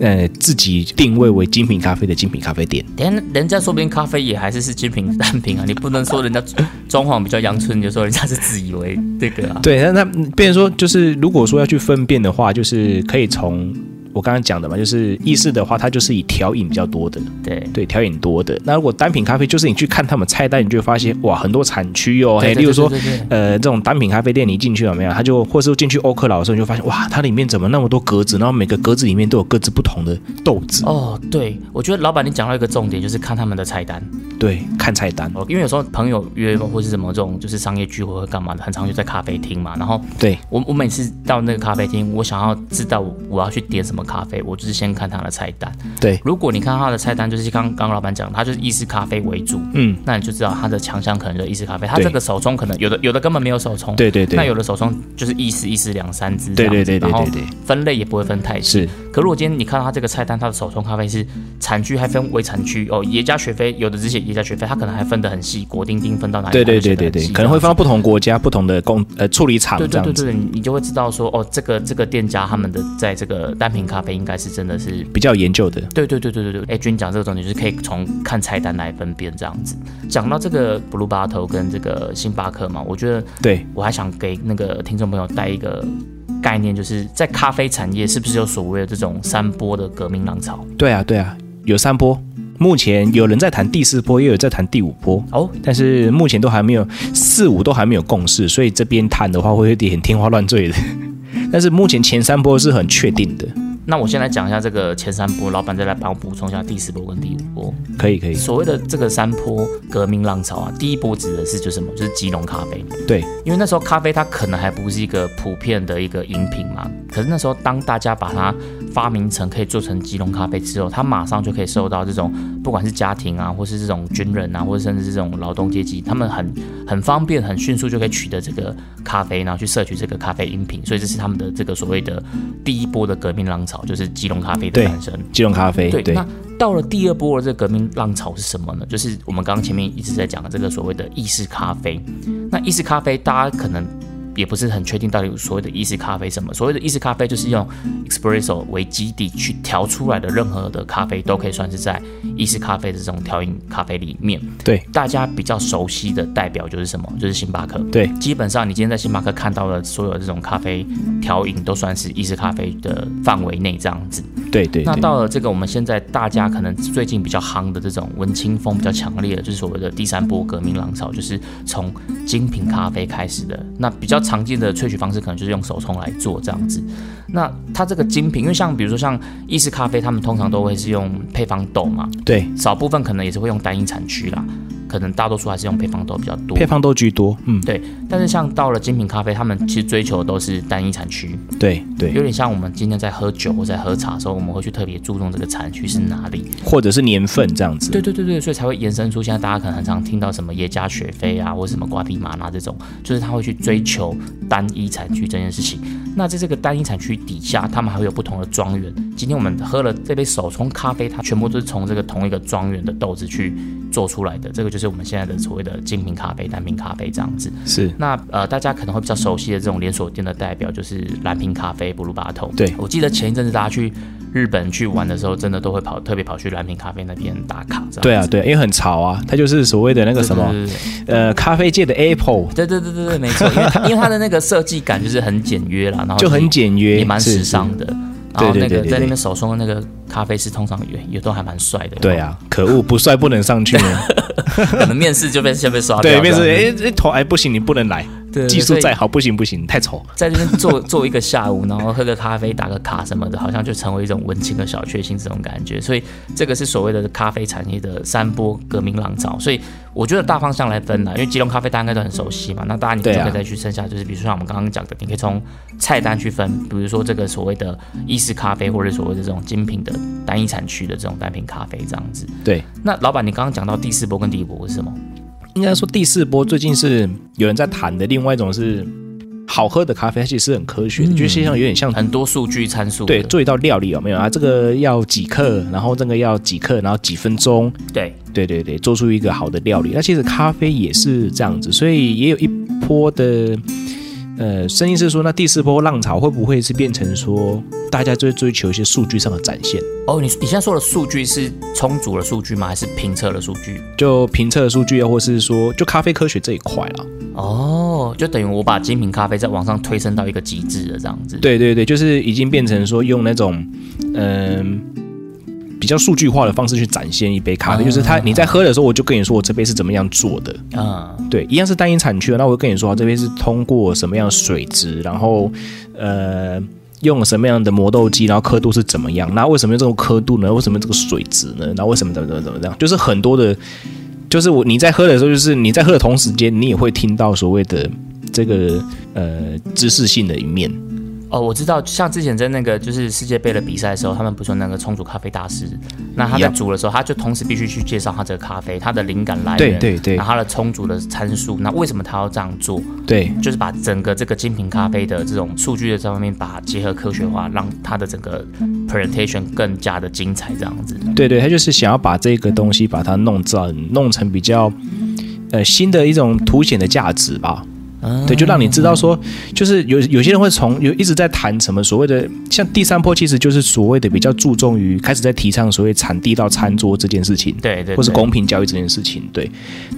S2: 呃，自己定位为精品咖啡的精品咖啡店。
S1: 等一下人家说不定咖啡也还是是精品单品啊，你不能说人家装潢比较阳春，你就说人家是自以为这个啊。
S2: 对，那那变成说，就是如果说要去分辨的话，就是可以从我刚刚讲的嘛，就是意式的话，它就是以调饮比较多的。
S1: 对，
S2: 对，调饮多的。那如果单品咖啡，就是你去看他们菜单，你就会发现哇，很多产区哦，
S1: 对
S2: 哎，
S1: 对
S2: 例如说
S1: 对对对。
S2: 呃，这种单品咖啡店，你进去有没有？它就或是进去欧克劳的时候，你就发现哇，它里面怎么那么多格子？然后每个格子里面都有各自不同的豆子。
S1: 哦，对，我觉得老板你讲到一个重点，就是看他们的菜单。
S2: 对，看菜单。
S1: 哦，因为有时候朋友约或是什么这种，就是商业聚会或干嘛的，很常就在咖啡厅嘛。然后
S2: 对，
S1: 我我每次到那个咖啡厅，我想要知道我我要去点什么咖啡，我就是先看他的菜单。
S2: 对，
S1: 如果你看他的菜单，就是刚刚老板讲，他就是意式咖啡为主，
S2: 嗯，
S1: 那你就知道他的强项可能就是意式咖啡。他
S2: 对
S1: 这个手冲可能有的有的根本没有手冲，
S2: 对对对
S1: 那有的手冲就是意式意式两三支这
S2: 对
S1: 样子，
S2: 对对对
S1: 然后
S2: 对对
S1: 分类也不会分太细。
S2: 是，
S1: 可如果今天你看到他这个菜单，他的手冲咖啡是产区还分为产区哦，耶加雪菲有的只写耶加雪菲，他可能还分得很细，果丁丁分到哪里，
S2: 对对
S1: 它就写得
S2: 对对
S1: 很
S2: 对，
S1: 细
S2: 可能会。放到不同国家、不同的工呃处理厂
S1: 这样对对
S2: 这样
S1: 对
S2: 子，
S1: 对，你你就会知道说，哦，这个这个店家他们的在这个单品咖啡应该是真的是
S2: 比较有研究的。
S1: 对对对对对对，哎，君讲这个重点就是可以从看菜单来分辨这样子。讲到这个 Blue Bottle 跟这个星巴克嘛，我觉得
S2: 对，
S1: 我还想给那个听众朋友带一个概念，就是在咖啡产业是不是有所谓的这种三波的革命浪潮？
S2: 对啊，对啊，有三波。目前有人在谈第四波，也有在谈第五波。
S1: 哦，
S2: 但是目前都还没有四五都还没有共识，所以这边谈的话会有点天花乱坠的。 (laughs) 但是目前前三波是很确定的，
S1: 那我先来讲一下这个前三波，老板再来帮我补充一下第四波跟第五波。
S2: 可以可以，
S1: 所谓的这个三波革命浪潮啊，第一波指的是就是什么？就是吉隆咖啡。
S2: 对
S1: 因为那时候咖啡它可能还不是一个普遍的一个饮品嘛，可是那时候当大家把它发明成可以做成吉隆咖啡之后，它马上就可以受到这种不管是家庭啊，或是这种军人啊，或者甚至是这种劳动阶级，他们很很方便、很迅速就可以取得这个咖啡，然后去摄取这个咖啡饮品，所以这是他们的这个所谓的第一波的革命浪潮，就是吉隆咖啡的
S2: 对
S1: 诞生。
S2: 即溶咖啡，
S1: 对，
S2: 对
S1: 那到了第二波的这个革命浪潮是什么呢？就是我们刚刚前面一直在讲的这个所谓的意式咖啡。那意式咖啡大家可能也不是很确定到底所谓的意式咖啡是什么。所谓的意式咖啡就是用 espresso 为基底去调出来的任何的咖啡都可以算是在意式咖啡的这种调饮咖啡里面。
S2: 对
S1: 大家比较熟悉的代表就是什么？就是星巴克。
S2: 对
S1: 基本上你今天在星巴克看到的所有这种咖啡调饮都算是意式咖啡的范围内这样子。
S2: 对对
S1: 那
S2: 对，
S1: 到了这个我们现在大家可能最近比较夯的这种文青风比较强烈的，就是所谓的第三波革命浪潮，就是从精品咖啡开始的。那比较常见的萃取方式可能就是用手冲来做这样子。那它这个精品，因为像比如说像意式咖啡，他们通常都会是用配方豆嘛，
S2: 对
S1: 少部分可能也是会用单一产区啦，可能大多数还是用配方豆比较多
S2: 配。方都居多，嗯，
S1: 对，但是像到了精品咖啡，他们其实追求的都是单一产区，
S2: 对对
S1: 有，点像我们今天在喝酒或在喝茶的时候，我们会去特别注重这个产区是哪里。
S2: 或者是年份这样子，
S1: 对对对对，所以才会延伸出现在大家可能很常听到什么耶加雪菲啊，或者什么瓜地马拉这种，就是他会去追求单一产区这件事情。那在这个单一产区底下，他们还会有不同的庄园。今天我们喝了这杯手冲咖啡，它全部都是从这个同一个庄园的豆子去做出来的。这个就是我们现在的所谓的精品咖啡、单品咖啡这样子。
S2: 是
S1: 那呃，大家可能会比较熟悉的这种连锁店的代表就是蓝瓶咖啡、布鲁巴头。
S2: 对
S1: 我记得前一阵子大家去日本去玩的时候，真的都会跑特别跑去蓝瓶咖啡那边打卡，这样
S2: 对啊，对啊，因为很潮啊，它就是所谓的那个什么，呃，咖啡界的 Apple，
S1: 对对对对对，没错，因为
S2: (laughs)
S1: 它因为它的那个设计感就是很简约啦，然后
S2: 就很简约，
S1: 哦也蛮
S2: 是
S1: 时尚。
S2: 是
S1: 的。然后
S2: 对对
S1: 那
S2: 对
S1: 个
S2: 对
S1: 在那
S2: 对
S1: 边手冲的那个咖啡师，通常也也都还蛮帅的。
S2: 对啊，可恶，不帅不能上 (laughs) 去呢。
S1: 可能面试就被先被刷掉。
S2: 啊对，面试
S1: 这样子
S2: 哎哎头哎不行，你不能来
S1: 对，对
S2: 技术
S1: 所以
S2: 再好不行不行，太丑。
S1: 在这边坐 (laughs) 坐一个下午，然后喝个咖啡、打个卡什么的，好像就成为一种文青的小确幸这种感觉。所以这个是所谓的咖啡产业的三波革命浪潮。所以我觉得大方向来分啦，因为吉隆咖啡大家应该都很熟悉嘛，那大家你就
S2: 对啊
S1: 可以再去剩下就是，比如说像我们刚刚讲的，你可以从菜单去分，比如说这个所谓的意式咖啡，或者所谓的这种精品的单一产区的这种单品咖啡这样子。
S2: 对，
S1: 那老板，你刚刚讲到第四波跟第一波是什么？
S2: 应该说第四波最近是有人在谈的，另外一种是好喝的咖啡，它其实是很科学的，就是像有点像。
S1: 很多数据参数的。
S2: 对，做一道料理有没有啊？这个要几克，然后这个要几克，然后几分钟，
S1: 对
S2: 对对对，做出一个好的料理。那其实咖啡也是这样子，所以也有一波的呃声音是说，那第四波浪潮会不会是变成说，大家就会追求一些数据上的展现？
S1: 哦，你你现在说的数据是充足的数据吗？还是评测的数据？
S2: 就评测数据啊，或是说就咖啡科学这一块啊啦。
S1: 哦，就等于我把精品咖啡在网上推升到一个极致了，这样子。，
S2: 对对对，就是已经变成说用那种嗯、比较数据化的方式去展现一杯咖啡，就是它你在喝的时候，我就跟你说我这杯是怎么样做的。
S1: 嗯，
S2: 对，一样是单一产区的，那我会跟你说、啊这边是通过什么样的水质，然后呃用什么样的磨豆机，然后刻度是怎么样，那为什么用这种刻度呢？为什么用这个水质呢？然后为什么怎么怎么怎么样？就是很多的，就是我你在喝的时候，就是你在喝的同时间，你也会听到所谓的这个呃知识性的一面。
S1: 哦，我知道，像之前在那个就是世界杯的比赛的时候，他们不是有那个冲煮咖啡大师，那他在
S2: Yup
S1: 煮的时候，他就同时必须去介绍他这个咖啡，它的灵感来源，
S2: 对对对
S1: 然后它的冲煮的参数，那为什么他要这样做？
S2: 对，
S1: 就是把整个这个精品咖啡的这种数据的这方面，把它结合科学化，让它的整个 presentation 更加的精彩，这样子。
S2: 对对，他就是想要把这个东西把它弄成弄成比较呃新的一种凸显的价值吧。
S1: 啊
S2: 对，就让你知道说，就是有有些人会从有一直在谈什么所谓的，像第三波，其实就是所谓的比较注重于开始在提倡所谓产地到餐桌这件事情，
S1: 对对对，
S2: 或是公平交易这件事情。对，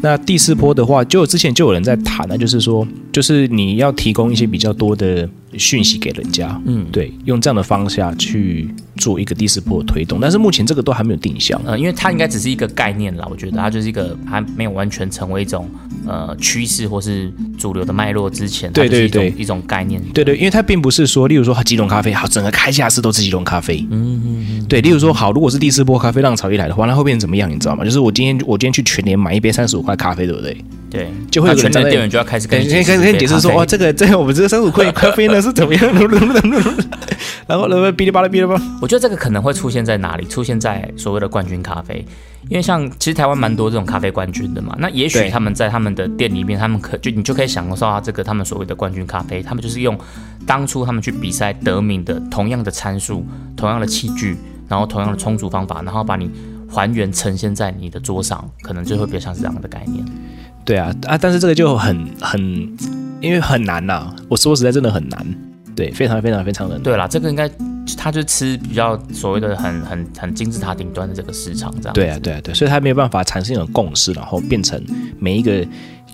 S2: 那第四波的话，就之前就有人在谈啊，就是说，就是你要提供一些比较多的讯息给人家，
S1: 嗯
S2: 对，用这样的方向去做一个第四波的推动，但是目前这个都还没有定向。
S1: 呃，因为它应该只是一个概念啦，我觉得它就是一个还没有完全成为一种呃趋势或是主流的脉络之前，它
S2: 对
S1: 就是一种
S2: 对
S1: 一种概念。
S2: 对对，因为它并不是说，例如说吉隆咖啡，好，整个开架式都是吉隆咖啡。嗯对，例如说好，如果是第四波咖啡浪潮一来的话，那会变成怎么样？你知道吗？就是我今天我今天去全联买一杯三十五块咖啡，对不对？
S1: 对，
S2: 就会
S1: 那
S2: 有人
S1: 全
S2: 站
S1: 的
S2: 在
S1: 店员就要开始跟
S2: 跟
S1: 你
S2: 跟跟跟你解释说，哦哇，
S1: 哇，
S2: 这个这个我们这个三十五块咖啡呢是怎
S1: (laughs)
S2: 么样？ (laughs) 然后然后哔哩吧啦哔哩吧啦，
S1: 我觉得这个可能会出现在哪里？出现在所谓的冠军咖啡，因为像其实台湾蛮多这种咖啡冠军的嘛，那也许
S2: 对
S1: 他们在他们的店里面，他们可就你就可以享受到这个他们所谓的冠军咖啡，他们就是用当初他们去比赛得名的同样的参数、同样的器具，然后同样的冲煮方法，然后把你还原呈现在你的桌上，可能就会比较像是这样的概念。
S2: 对啊啊，但是这个就很很，因为很难呐、我说实在真的很难，对，非常非常非常的难。
S1: 对啦，这个应该他就吃比较所谓的很很很金字塔顶端的这个市场这样。
S2: 对啊，对啊，对，所以它没有办法产生一种共识，然后变成每一个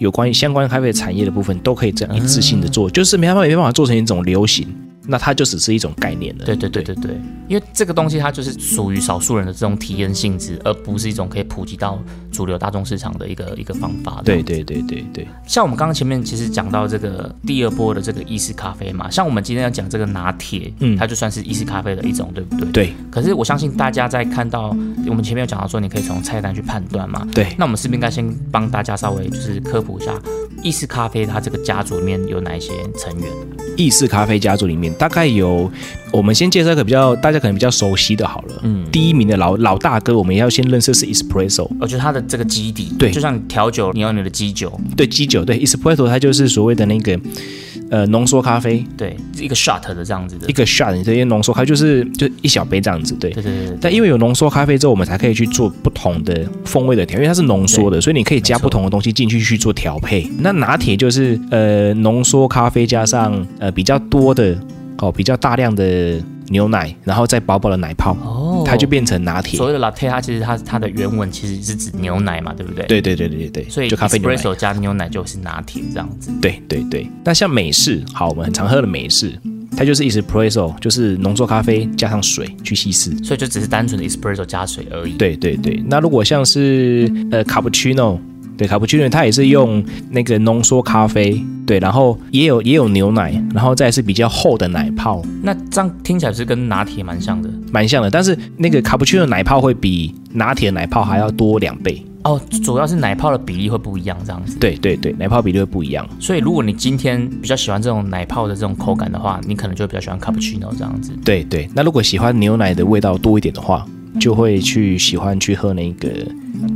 S2: 有关于相关咖啡产业的部分都可以这样一致性的做，就是没办法没办法做成一种流行，那它就只是一种概念了。
S1: 对对对对对，因为这个东西它就是属于少数人的这种体验性质，而不是一种可以普及到主流大众市场的一个一个方法。
S2: 对对对对对，
S1: 像我们刚刚前面其实讲到这个第二波的这个意式咖啡嘛，像我们今天要讲这个拿铁，
S2: 嗯
S1: 它就算是意式咖啡的一种，对不对？。
S2: 对
S1: 可是我相信大家在看到我们前面有讲到说，你可以从菜单去判断嘛。
S2: 对，
S1: 那我们是不是应该先帮大家稍微就是科普一下意式咖啡它这个家族里面有哪一些成员？
S2: 意式咖啡家族里面大概有，我们先介绍一个比较大家可能比较熟悉的好了。嗯，第一名的老老大哥，我们要先认识是 espresso，
S1: 我觉得它的这个基底，
S2: 对
S1: 就像你调酒，你有你的基酒，
S2: 对基酒，对 espresso 它就是所谓的那个呃浓缩咖啡，
S1: 对，一个 shot 的这样子的
S2: 一，个 shot，你这些浓缩咖啡就是就一小杯这样子，对
S1: 对。对对对，
S2: 但因为有浓缩咖啡之后，我们才可以去做不同的风味的调，因为它是浓缩的，所以你可以加
S1: 没错
S2: 不同的东西进去去做调配。那拿铁就是呃浓缩咖啡加上呃比较多的哦比较大量的牛奶，然后再薄薄的奶泡，
S1: 哦
S2: 它就变成拿铁
S1: 所。谓的 latte，它其实它它的原文其实是指牛奶嘛，对不对？。
S2: 对对对对对对，
S1: 所以
S2: 就咖啡牛奶。
S1: espresso 加牛奶就是拿铁这样子，
S2: 对对对，那像美式，好，我们很常喝的美式，它就是 espresso，就是浓缩咖啡加上水去稀释。
S1: 所以就只是单纯的 espresso 加水而已。
S2: 对对对，那如果像是呃卡布奇诺，对卡布奇诺，它也是用那个浓缩咖啡，对，然后也有也有牛奶，然后再是比较厚的奶泡，
S1: 那这样听起来是跟拿铁蛮像的
S2: 蛮像的。但是那个卡布奇诺奶泡会比拿铁奶泡还要多两倍，
S1: 哦，主要是奶泡的比例会不一样这样子。
S2: 对对对，奶泡比例会不一样。
S1: 所以如果你今天比较喜欢这种奶泡的这种口感的话，你可能就会比较喜欢 cappuccino 这样子。
S2: 对对，那如果喜欢牛奶的味道多一点的话，就会去喜欢去喝那个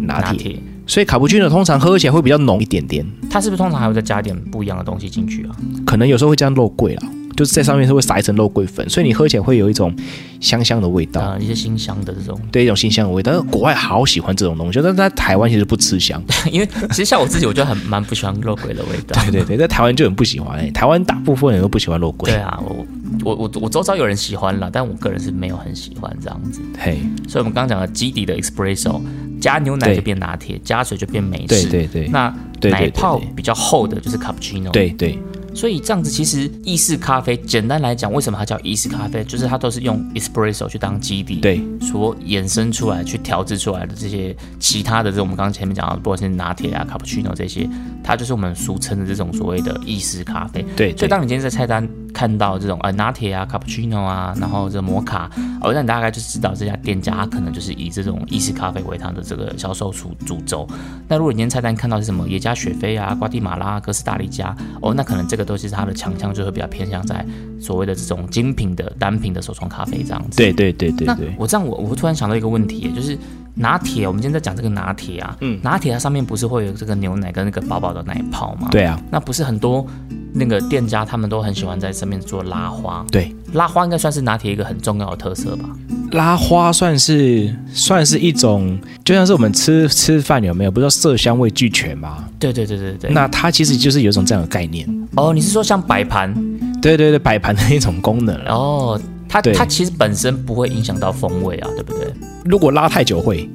S2: 拿
S1: 拿
S2: 铁。
S1: 铁，
S2: 所以卡布奇诺通常喝起来会比较浓一点点，
S1: 它是不是通常还会再加一点不一样的东西进去啊？
S2: 可能有时候会加肉桂啦，就是在上面是会撒一层肉桂粉，所以你喝起来会有一种香香的味道。
S1: 呃，一些辛香的这种， (laughs)
S2: 对一种新香的味道，但是国外好喜欢这种东西，但是在台湾其实不吃香。
S1: (laughs) 因为其实像我自己，我就很蛮不喜欢肉桂的味道。
S2: 对对对，在台湾就很不喜欢、欸，台湾大部分人都不喜欢肉桂。
S1: 对啊，我我我我周遭有人喜欢了，但我个人是没有很喜欢这样子。
S2: 嘿，
S1: 所以我们刚刚讲的基底的 espresso，加牛奶
S2: 对
S1: 就变拿铁，加水就变美
S2: 对
S1: 式。
S2: 对对
S1: 那
S2: 对对
S1: 奶泡
S2: 对对
S1: 比较厚的就是 cappuccino。。
S2: 对对
S1: 所以这样子，其实意式咖啡简单来讲，为什么它叫意式咖啡？就是它都是用 espresso 去当基底，
S2: 对，
S1: 所衍生出来、去调制出来的这些其他的，这我们刚刚前面讲到的，不管是拿铁啊、cappuccino 这些，它就是我们俗称的这种所谓的意式咖啡。
S2: 对
S1: 所以
S2: 对
S1: 当你今天在菜单看到这种呃拿铁啊、cappuccino 啊，然后这摩卡，哦，那你大概就知道这家店家它可能就是以这种意式咖啡为它的这个销售主主轴。那如果你今天菜单看到是什么野加雪菲啊、瓜地马拉、哥斯达黎加，哦，那可能这个都是它的强项，就会比较偏向在所谓的这种精品的单品的手冲咖啡这样子。
S2: 对对对对
S1: 那
S2: 对，
S1: 我这样我我突然想到一个问题，就是拿铁，我们今天在讲这个拿铁啊，
S2: 嗯
S1: 拿铁它上面不是会有这个牛奶跟那个薄薄的奶泡吗？
S2: 对啊，
S1: 那不是很多那个店家他们都很喜欢在上面做拉花，
S2: 对，
S1: 拉花应该算是拿铁一个很重要的特色吧？
S2: 拉花算是算是一种，就像是我们吃吃饭有没有，不知道色香味俱全嘛？
S1: 对对对对对。
S2: 那它其实就是有一种这样的概念。
S1: 哦，你是说像摆盘
S2: 对对对，摆盘的一种功能。然后
S1: 哦？它
S2: 嗯对
S1: 它其实本身不会影响到风味啊，对不对？
S2: 如果拉太久会，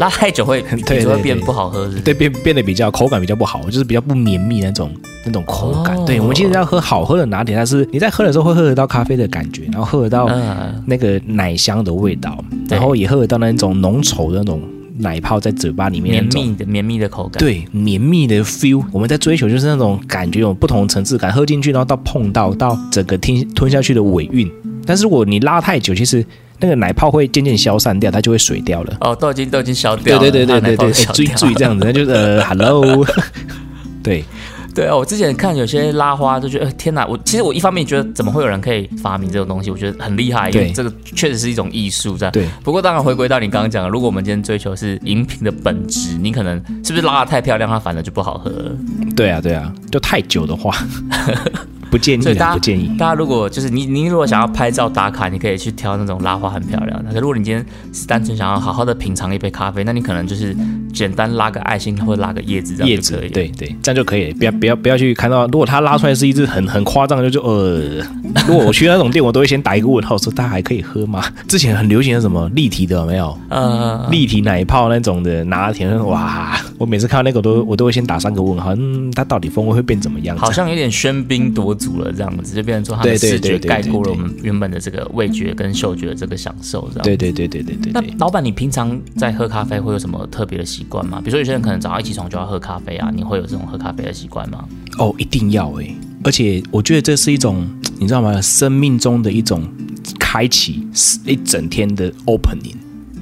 S1: 拉太久会
S2: (laughs) 对
S1: 啤酒会
S2: 对
S1: 变
S2: 对
S1: 不好喝，是不是
S2: 对变变得比较口感比较不好，就是比较不绵密那种那种口感。
S1: 哦
S2: 对我们其实要喝好喝的拿铁，但是你在喝的时候会喝得到咖啡的感觉，然后喝得到
S1: 嗯，
S2: 那个奶香的味道，
S1: 对
S2: 然后也喝得到那种浓稠的那种奶泡在嘴巴里
S1: 绵
S2: 面那种。
S1: 密的绵密的口感。
S2: 对绵密的 feel，我们在追求就是那种感觉有不同层次感，喝进去然后到碰到到整个听吞下去的尾韵。但是如果你拉太久，其实那个奶泡会渐渐消散掉，它就会水掉了。
S1: 哦，都已经都已经消掉
S2: 对
S1: 了，
S2: 对
S1: 它
S2: 对对对
S1: 奶泡
S2: 对，
S1: 都
S2: 哎
S1: 消
S2: 注意
S1: 掉
S2: 注意
S1: 了
S2: 这样子，
S1: (laughs)
S2: 那就是呃，hello，对，
S1: 对啊，我之前看有些拉花就觉得，呃天哪！我其实我一方面觉得怎么会有人可以发明这种东西，我觉得很厉害，因为
S2: 对
S1: 这个确实是一种艺术，这样。
S2: 对。
S1: 不过当然回归到你刚刚讲的，如果我们今天追求是饮品的本质，你可能是不是拉的太漂亮，它反而就不好喝了。
S2: 对啊，对啊，就太久的话， (laughs) 不建议
S1: 所以
S2: 啦，
S1: 大
S2: 不
S1: 家
S2: 建议。
S1: 大家如果就是你你如果想要拍照打卡，你可以去挑那种拉花很漂亮的。可是如果你今天是单纯想要好好的品尝一杯咖啡，那你可能就是简单拉个爱心或者拉个叶子这
S2: 叶
S1: 样就
S2: 子
S1: 可以。，嗯
S2: 对对，这样就可以了，不要不要不要去看到，如果他拉出来是一只很很夸张的，就
S1: (laughs)
S2: 就呃，如果我去那种店，我都会先打一个问号，说他还可以喝吗？之前很流行的什么立体的，有没有？
S1: 呃，
S2: 立体奶泡那种的，拿甜哇！我每次看到那个我都我都会先打三个问号，嗯，它到底风味会变怎么样？
S1: 好像有点喧宾夺主了这样子，就变成说它的
S2: 对对
S1: 视觉
S2: 对对
S1: 盖过了
S2: 对
S1: 我们原本的这个味觉跟嗅觉的这个享受这样。
S2: 对对对对对对
S1: 那
S2: 对，
S1: 老板，你平常在喝咖啡会有什么特别的习惯吗？比如说有些人可能早上一起床就要喝咖啡啊，你会有这种喝咖啡的习惯吗？
S2: 哦，一定要哎、而且我觉得这是一种你知道吗？生命中的一种开启，一整天的 opening。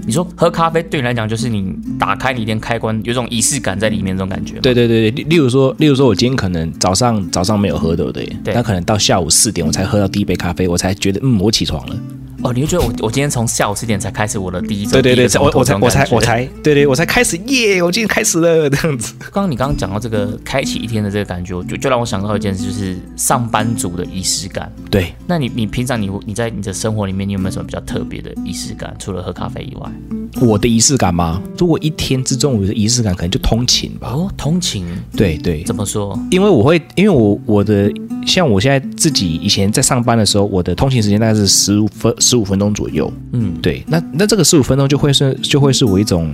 S1: 你说喝咖啡对你来讲就是你打开你一点开关，有种仪式感在里面这种感觉吗。
S2: 对对对对，例例如说，例如说，我今天可能早上早上没有喝，对不对？
S1: 对
S2: 那可能到下午四点我才喝到第一杯咖啡，我才觉得嗯，我起床了。
S1: 哦，你会觉得我我今天从下午四点才开始我的第一周，
S2: 对对
S1: 第一个，
S2: 对
S1: 钟
S2: 我
S1: 头
S2: 我才
S1: 这种感
S2: 我才
S1: 觉
S2: 我。才对对，我才开始耶，我今天开始了 (laughs) 这样子。
S1: 刚刚哦你刚刚讲到这个开启一天的这个感觉，我就就让我想到一件事，就是上班族的仪式感。
S2: 对，
S1: 那你你平常你你在你的生活里面，你有没有什么比较特别的仪式感？除了喝咖啡以外，
S2: 我的仪式感吗？如果一天之中我的仪式感可能就通勤吧。
S1: 哦，通勤
S2: 对对，
S1: 怎么说？
S2: 因为我会，因为我我的像我现在自己以前在上班的时候，我的通勤时间大概是十五分十五分钟左右。
S1: 嗯，
S2: 对，那那这个十五分钟就会是就会是我一种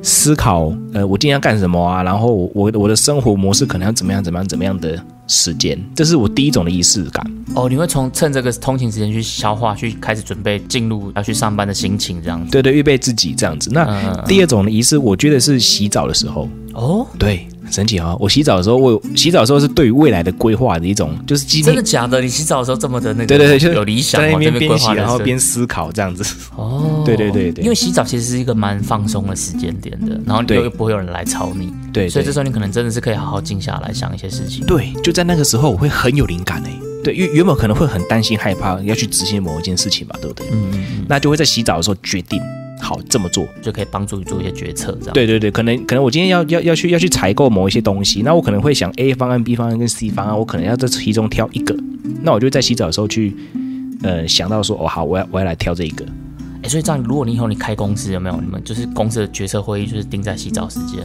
S2: 思考，呃，我今天要干什么啊？然后我我的生活模式可能要怎么样怎么样怎么样的时间，这是我第一种的仪式感。
S1: 哦，你会从趁这个通勤时间去消化，去开始准备进入要去上班的心情这样子。
S2: 对对，预备自己这样子。那
S1: 嗯
S2: 第二种的仪式，我觉得是洗澡的时候。
S1: 哦，
S2: 对，很神奇啊、我洗澡的时候，我有洗澡的时候是对于未来的规划的一种，就是今
S1: 真的
S2: 天
S1: 假的？你洗澡的时候这么的那个，
S2: 对对对，就是
S1: 有理想，
S2: 在那
S1: 往
S2: 边
S1: 这
S2: 边
S1: 规
S2: 洗
S1: 划，
S2: 然后
S1: 人生
S2: 边思考这
S1: (laughs)
S2: 样子。
S1: 哦，
S2: 对对对对
S1: 因为洗澡其实是一个蛮放松的时间点的，然后
S2: 对
S1: 又又不会有人来吵你，
S2: 对，
S1: 所以这
S2: 对
S1: 时候你可能真的是可以好好静下来想一些事情。
S2: 对，就在那个时候，我会很有灵感哎、对，原原本可能会很担心、害怕要去执行某一件事情吧，对不对？
S1: 嗯嗯嗯，
S2: 那就会在洗澡的时候决定，好这么做。
S1: 就可以帮助你做一些决策，这样。
S2: 对对对，可能可能我今天要要要去要去采购某一些东西，那我可能会想 A 方案、B 方案跟 C 方案，我可能要在其中挑一个。那我就在洗澡的时候去，呃，想到说，哦，好，我要我要来挑这一个。
S1: 哎、所以这样，如果你以后你开公司有没有？你们就是公司的决策会议就是定在洗澡时间，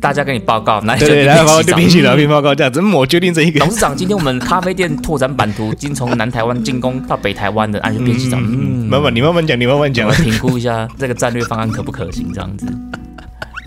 S1: 大家跟你报告，哪一
S2: 对
S1: 天
S2: 对，
S1: 哎你
S2: 然后
S1: 洗
S2: 就
S1: 澡
S2: 边洗澡边报告这样子，嗯我决定这一个
S1: 董。事长，今天我们咖啡店拓展版图，经从南台湾进攻到北台湾的，啊按就边洗澡，嗯，
S2: 慢慢，你慢慢讲，你慢慢
S1: 我
S2: 讲
S1: 们。评估一下这个战略方案可不可行，这样子。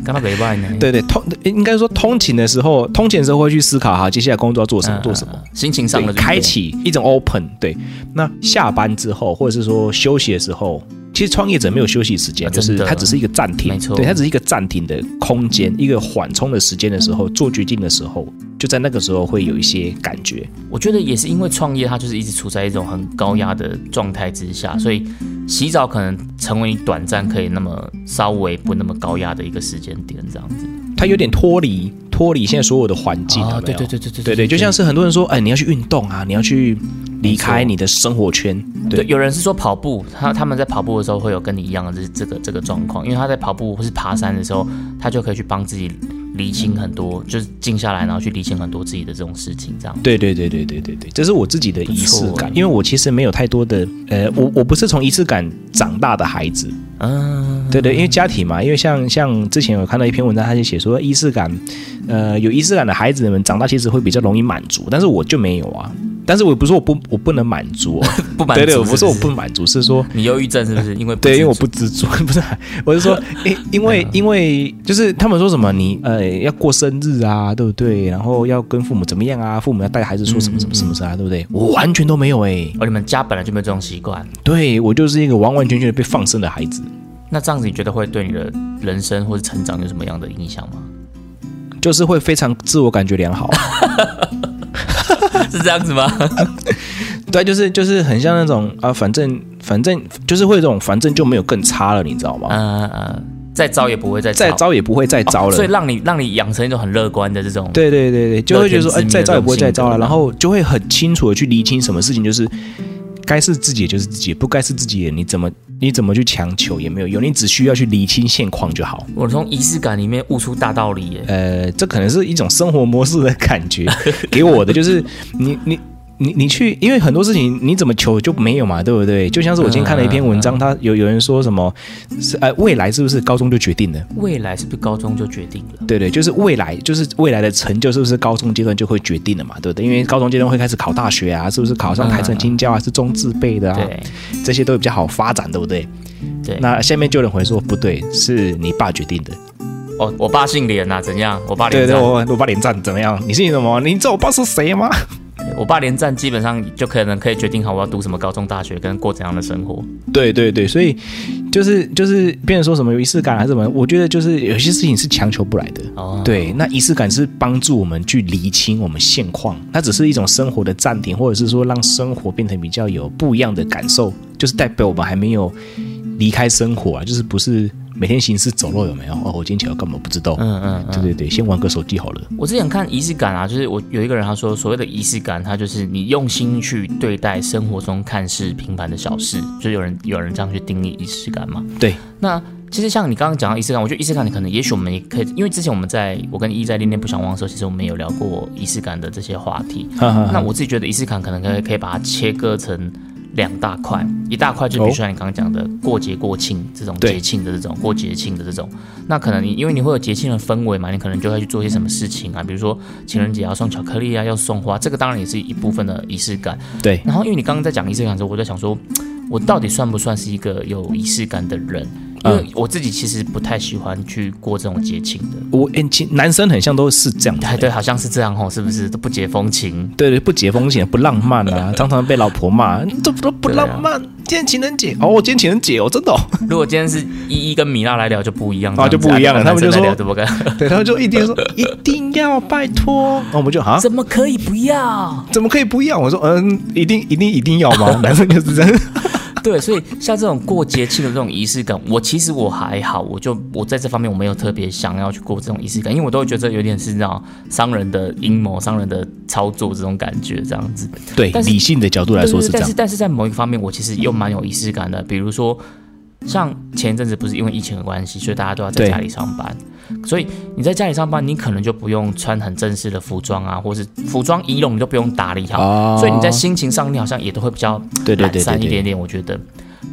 S1: 刚刚北外呢？
S2: 对对，通应该说通勤的时候，通勤的时候会去思考，好，接下来工作要做什么，
S1: 嗯，
S2: 做什么。
S1: 心情上
S2: 对
S1: 的转
S2: 开
S1: 变。
S2: 启一种 open。对，那下班之后，或者是说休息的时候，其实创业者没有休息时间，
S1: 啊
S2: 就
S1: 真
S2: 是
S1: 的
S2: 它只是一个暂停，
S1: 没错
S2: 对，它只是一个暂停的空间，一个缓冲的时间的时候，做决定的时候，就在那个时候会有一些感觉。
S1: 我觉得也是因为创业，它就是一直处在一种很高压的状态之下，所以洗澡可能成为你短暂可以那么稍微不那么高压的一个时间点，这样子。
S2: 它有点脱离脱离现在所有的环境，有没有
S1: 哦对对对对对
S2: 对对，就像是很多人说，哎，你要去运动啊，你要去离开你的生活圈，
S1: 对，
S2: 对
S1: 有人是说跑步，他他们在跑步的时候会有跟你一样的这这个这个状况，因为他在跑步或是爬山的时候，他就可以去帮自己理清很多，就是静下来，然后去理清很多自己的这种事情，这样。
S2: 对对对对对对对，这是我自己的仪式
S1: 不错
S2: 感
S1: 欸，
S2: 因为我其实没有太多的，呃，我我不是从仪式感长大的孩子，
S1: 嗯，
S2: 对对，因为家庭嘛，因为像像之前有看到一篇文章，他就写说仪式感，呃，有仪式感的孩子们长大其实会比较容易满足，但是我就没有啊。但是我也不是说我不我不能满足、哦，
S1: (laughs) 不满足
S2: 对对，我
S1: 是
S2: 不是
S1: 不
S2: 我
S1: 是
S2: 不满足，是说
S1: 你忧郁症是不是？因为
S2: 对，因为我
S1: 知足哎
S2: 不知足， (laughs) 不是，我
S1: (laughs)
S2: 是说，因因为因为就是他们说什么你呃要过生日啊，对不对？然后要跟父母怎么样啊？父母要带孩子说什么什么什么啥、啊，
S1: 嗯
S2: 对不对？我完全都没有哎、
S1: 哦，你们家本来就没有这种习惯，
S2: 对我就是一个完完全全被放生的孩子，
S1: 那这样子你觉得会对你的人生或是成长有什么样的影响吗？
S2: 就是会非常自我感觉良好。
S1: (laughs) 是这样 (laughs) 子吗？
S2: 对，就是就是很像那种啊，反正反正就是会有这种，反正就没有更差了，你知道吗？
S1: 嗯嗯，再糟也不会再
S2: 再
S1: 糟
S2: 糟也不会再糟了。
S1: 哦所以让你让你养成一种很乐观的这种
S2: 对对对对，就会觉得说，
S1: 乐
S2: 哎、
S1: 天知命
S2: 再糟也不会再糟了，
S1: 的那种
S2: 然后就会很清楚的去厘清什么事情就是该是自己的就是自己的，不该是自己的，你怎么你怎么去强求也没有用，你只需要去厘清现况就好。
S1: 我从仪式感里面悟出大道理耶。
S2: (laughs) 呃，这可能是一种生活模式的感觉，给我的就是你你你你去，因为很多事情你怎么求就没有嘛，对不对？就像是我
S1: 嗯
S2: 今天看了一篇文章，他有有人说什么，是呃，未来是不是高中就决定了？
S1: 未来是不是高中就决定了？
S2: 对对，就是未来，就是未来的成就是不是高中阶段就会决定了嘛，对不对？因为高中阶段会开始考大学啊，是不是考上台城青教啊，是中自备的啊，
S1: 对
S2: 这些都比较好发展，对不对？
S1: 对，
S2: 那下面就有人回说不对，是你爸决定的。
S1: 哦，我爸姓连呐、啊，怎样？我爸
S2: 对
S1: 连
S2: 对，
S1: 战，
S2: 我我爸连战怎么样？你信什么？你知道我爸是谁吗？
S1: 我爸连战基本上就可能可以决定好我要读什么高中、大学跟过怎样的生活。
S2: 对对对，所以就是就是别人说什么有仪式感还是什么，我觉得就是有些事情是强求不来的。
S1: 哦，
S2: 对，那仪式感是帮助我们去厘清我们现况，它只是一种生活的暂停，或者是说让生活变成比较有不一样的感受，就是代表我们还没有离开生活啊，就是不是每天行尸走肉有没有？哦，我今天起来干嘛不知道？
S1: 嗯嗯嗯
S2: 对对对，先玩个手机好了。
S1: 我之前看仪式感啊，就是我有一个人他说，所谓的仪式感，他就是你用心去对待生活中看似平凡的小事，就有人有人这样去定义仪式感嘛。 (laughs)
S2: 对，
S1: 那其实像你刚刚讲到仪式感，我觉得仪式感你可能也许我们也可以，因为之前我们在我跟一在恋恋不想忘的时候，其实我们有聊过仪式感的这些话题。
S2: 哈哈
S1: 那
S2: 哈
S1: 我自己觉得仪式感可能可以可以把它切割成两大块，一大块就比如
S2: 哦
S1: 说像你刚刚讲的过节过庆这种
S2: 对
S1: 节庆的这种过节庆的这种，那可能你因为你会有节庆的氛围嘛，你可能就会去做一些什么事情啊，比如说情人节要送巧克力啊，要送花，这个当然也是一部分的仪式感。
S2: 对，
S1: 然后因为你刚刚在讲仪式感的时候，我在想说，我到底算不算是一个有仪式感的人？因为
S2: 嗯
S1: 我自己其实不太喜欢去过这种节庆的。
S2: 我诶其男生很像都是这样子的
S1: 哎，对，好像是这样吼，是不是都不解风情？
S2: 对对，不解风情，不浪漫
S1: (laughs)
S2: 啊，常常被老婆骂，你这都不
S1: 啊
S2: 浪漫。今天情人节哦，今天情人节哦，真的、哦。
S1: 如果今天是依依跟米娜来聊就不一样
S2: 啊就不一样了他们就说
S1: 怎么跟
S2: 对，他们就一定说一定要拜托，那我们就啊，
S1: 怎么可以不要？
S2: 怎么可以不要？我说嗯，一定一定一定要吗？男生就是这样。
S1: 对，所以像这种过节庆的这种仪式感，我其实我还好，我就我在这方面我没有特别想要去过这种仪式感，因为我都会觉得有点是那种商人的阴谋、商人的操作这种感觉，这样子。
S2: 对，
S1: 但是
S2: 理性的角度来说
S1: 对对
S2: 是这
S1: 但
S2: 样
S1: 是。但是在某一个方面，我其实又蛮有仪式感的。比如说，像前一阵子不是因为疫情的关系，所以大家都要在
S2: 对
S1: 家里上班，所以你在家里上班，你可能就不用穿很正式的服装啊，或是服装仪容你都不用打理好，
S2: 哦
S1: 所以你在心情上你好像也都会比较
S2: 对对
S1: 懒
S2: 对对
S1: 散一点
S2: 对，
S1: 点，我觉得。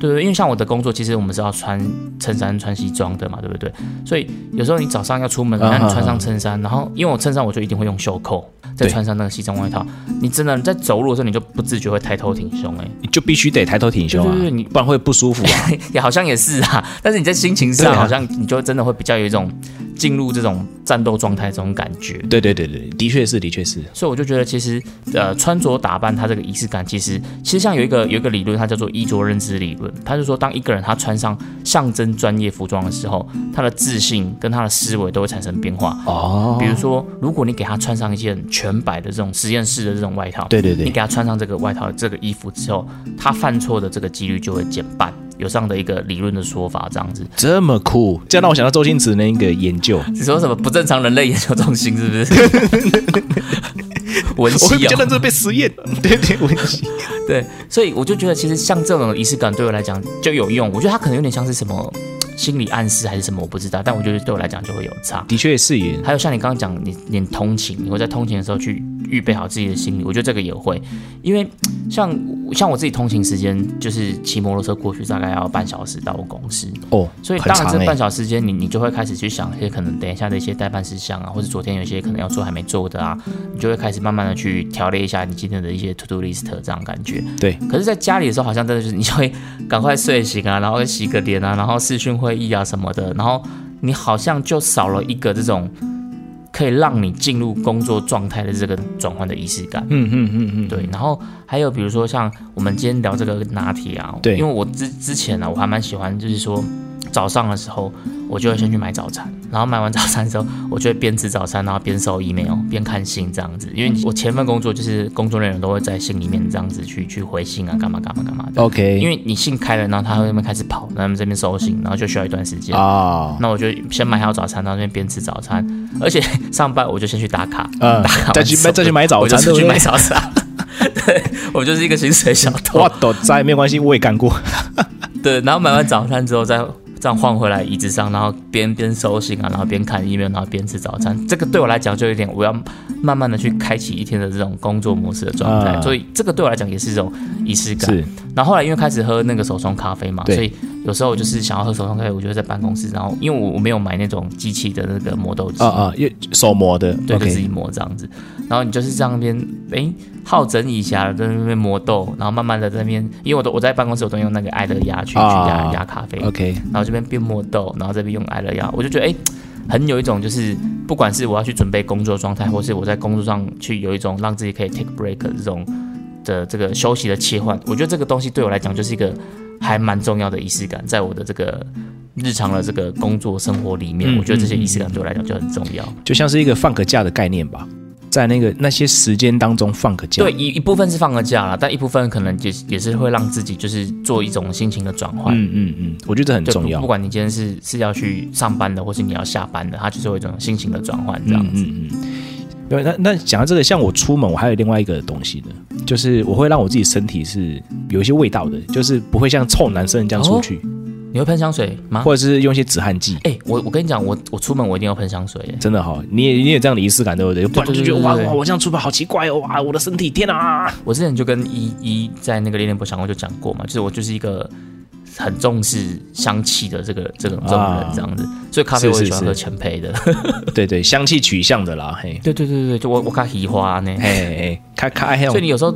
S1: 对对，因为像我的工作，其实我们是要穿衬衫、穿西装的嘛，对不对？所以有时候你早上要出门，
S2: 啊
S1: 那你
S2: 啊
S1: 穿
S2: 啊
S1: 上衬衫，然后因为我衬衫我就一定会用袖扣，再
S2: 对
S1: 穿上那个西装外套，你真的在走路的时候，你就不自觉会抬头挺胸、欸，
S2: 你就必须得抬头挺胸啊
S1: 对对对你，
S2: 不然会不舒服啊。
S1: 哎，也好像也是啊。 (laughs) 但是你在心情上，
S2: 对啊
S1: 好像你就真的会比较有一种进入这种战斗状态这种感觉。
S2: 对对对对，的确是的确是。
S1: 所以我就觉得，其实呃，穿着打扮它这个仪式感，其实其实像有一个有一个理论，它叫做衣着认知理论。它就说，当一个人他穿上象征专业服装的时候，他的自信跟他的思维都会产生变化。
S2: 哦
S1: 比，如说，如果你给他穿上一件全白的这种实验室的这种外套，
S2: 对对对
S1: 你给他穿上这个外套、这个衣服之后，他犯错的这个几率就会减半，有这样的一个理论的说法，这样子。
S2: 这么酷，这让我想到周星驰那个研究，
S1: 你说什么不正常人类研究中心是不
S2: (laughs)
S1: 是？文
S2: 我会比
S1: 系
S2: 较
S1: 哦，
S2: 认真被实验。对对，我
S1: 对，所以我就觉得其实像这种仪式感对我来讲就有用，我觉得它可能有点像是什么心理暗示还是什么，我不知道，但我觉得对我来讲就会有差。
S2: 的确是耶。
S1: 还有像你刚刚讲，你你通勤，你会在通勤的时候去预备好自己的心理，我觉得这个也会，因为像像我自己通勤时间就是骑摩托车过去，大概要半小时到我公司，
S2: 哦，
S1: 所以
S2: 很
S1: 当然
S2: 长
S1: 这
S2: 哎
S1: 半。小时时间你你就会开始去想一些可能等一下的一些代办事项啊，或者昨天有一些可能要做还没做的啊，你就会开始慢慢的去条列一下你今天的一些 to do list 这样感觉。
S2: 对，
S1: 可是，在家里的时候，好像真的就是你就会赶快睡醒啊，然 (laughs) 后洗个脸啊，然后视讯会议啊什么的，然后你好像就少了一个这种可以让你进入工作状态的这个转换的仪式感。
S2: 嗯嗯嗯嗯，
S1: 对，然后还有比如说像我们今天聊这个拿铁啊，
S2: 对
S1: 因为我之之前啊呢、我还蛮喜欢，就是说早上的时候，我就会先去买早餐，然后买完早餐之后，我就会边吃早餐，然后边收 email，边看信这样子，因为我前份工作就是工作人员都会在信里面这样子去去回信啊，干嘛干嘛干嘛的，
S2: OK，
S1: 因为你信开了，然后他会那边开始跑，然后他们这边收信，然后就需要一段时间。
S2: 啊，
S1: 那我就先买好早餐，然后那边边吃早餐，而且上班我就先去打卡，
S2: 嗯
S1: 打卡完
S2: 再去
S1: 之后
S2: 再去买早
S1: 我
S2: 餐
S1: 就出去
S2: 对不对
S1: 买早餐。 (laughs) 对，我就是一个薪水小偷
S2: 我。都在，没关系，我也干过。
S1: 对，然后买完早餐之后再这样换回来椅子上，然后边边收信啊，然后边看 email，然后边吃早
S2: 嗯
S1: 餐，这个对我来讲就有点我要慢慢的去开启一天的这种工作模式的状态，
S2: 啊
S1: 所以这个对我来讲也是一种仪式感。
S2: 是
S1: 然后后来因为开始喝那个手冲咖啡嘛，
S2: 对
S1: 所以有时候我就是想要喝手冲咖啡，我就会在办公室，然后因为我我没有买那种机器的那个磨豆机，
S2: 啊啊，又手磨的
S1: 对，就自
S2: ，OK，
S1: 己磨这样子。然后你就是这样边，哎，好整以暇地在那边磨豆，然后慢慢的在那边，因为我都我在办公室我都用那个爱乐压去去压
S2: 啊
S1: 压咖啡，
S2: OK，
S1: 然后这边边磨豆，然后这边用爱乐压，我就觉得哎。诶很有一种就是，不管是我要去准备工作状态，或是我在工作上去有一种让自己可以 take break 的这种的这个休息的切换，我觉得这个东西对我来讲就是一个还蛮重要的仪式感，在我的这个日常的这个工作生活里面，
S2: 嗯
S1: 我觉得这些
S2: 嗯
S1: 仪式感对我来讲就很重要。
S2: 就像是一个放个假的概念吧，在那个那些时间当中放个假，
S1: 对，一一部分是放个假啦，但一部分可能也是也是会让自己就是做一种心情的转换。
S2: 嗯嗯嗯，我觉得这很
S1: 对
S2: 重
S1: 不
S2: 要
S1: 不。管你今天是是要去上班的，或是你要下班的，它就是有一种心情的转换这样子。
S2: 嗯嗯嗯。对，那那讲到这个，像我出门，我还有另外一个东西呢，就是我会让我自己身体是有一些味道的，就是不会像臭男生这样出去，
S1: 你会喷香水吗？
S2: 或者是用一些止汗剂。
S1: 哎、我我跟你讲，我我出门我一定要喷香水耶。
S2: 真的哈、你也你也有这样的仪式感，对不对？不然就觉得
S1: 对
S2: 哇
S1: 对
S2: 哇，我这样出门好奇怪哦，哇，我的身体，天
S1: (laughs)
S2: 啊！
S1: 我之前就跟依依在那个恋恋不想过就讲过嘛，就是我就是一个很重视香气的这个这种这种人
S2: 啊
S1: 这样子，所以咖啡我也
S2: 是
S1: 喜
S2: 是
S1: 欢
S2: 是
S1: 喝全焙的。 (laughs)
S2: 对对，香气取向的啦，嘿，
S1: 对对对对，就我我咖喜花呢。
S2: 嘿嘿嘿，开开黑
S1: 所以你有时候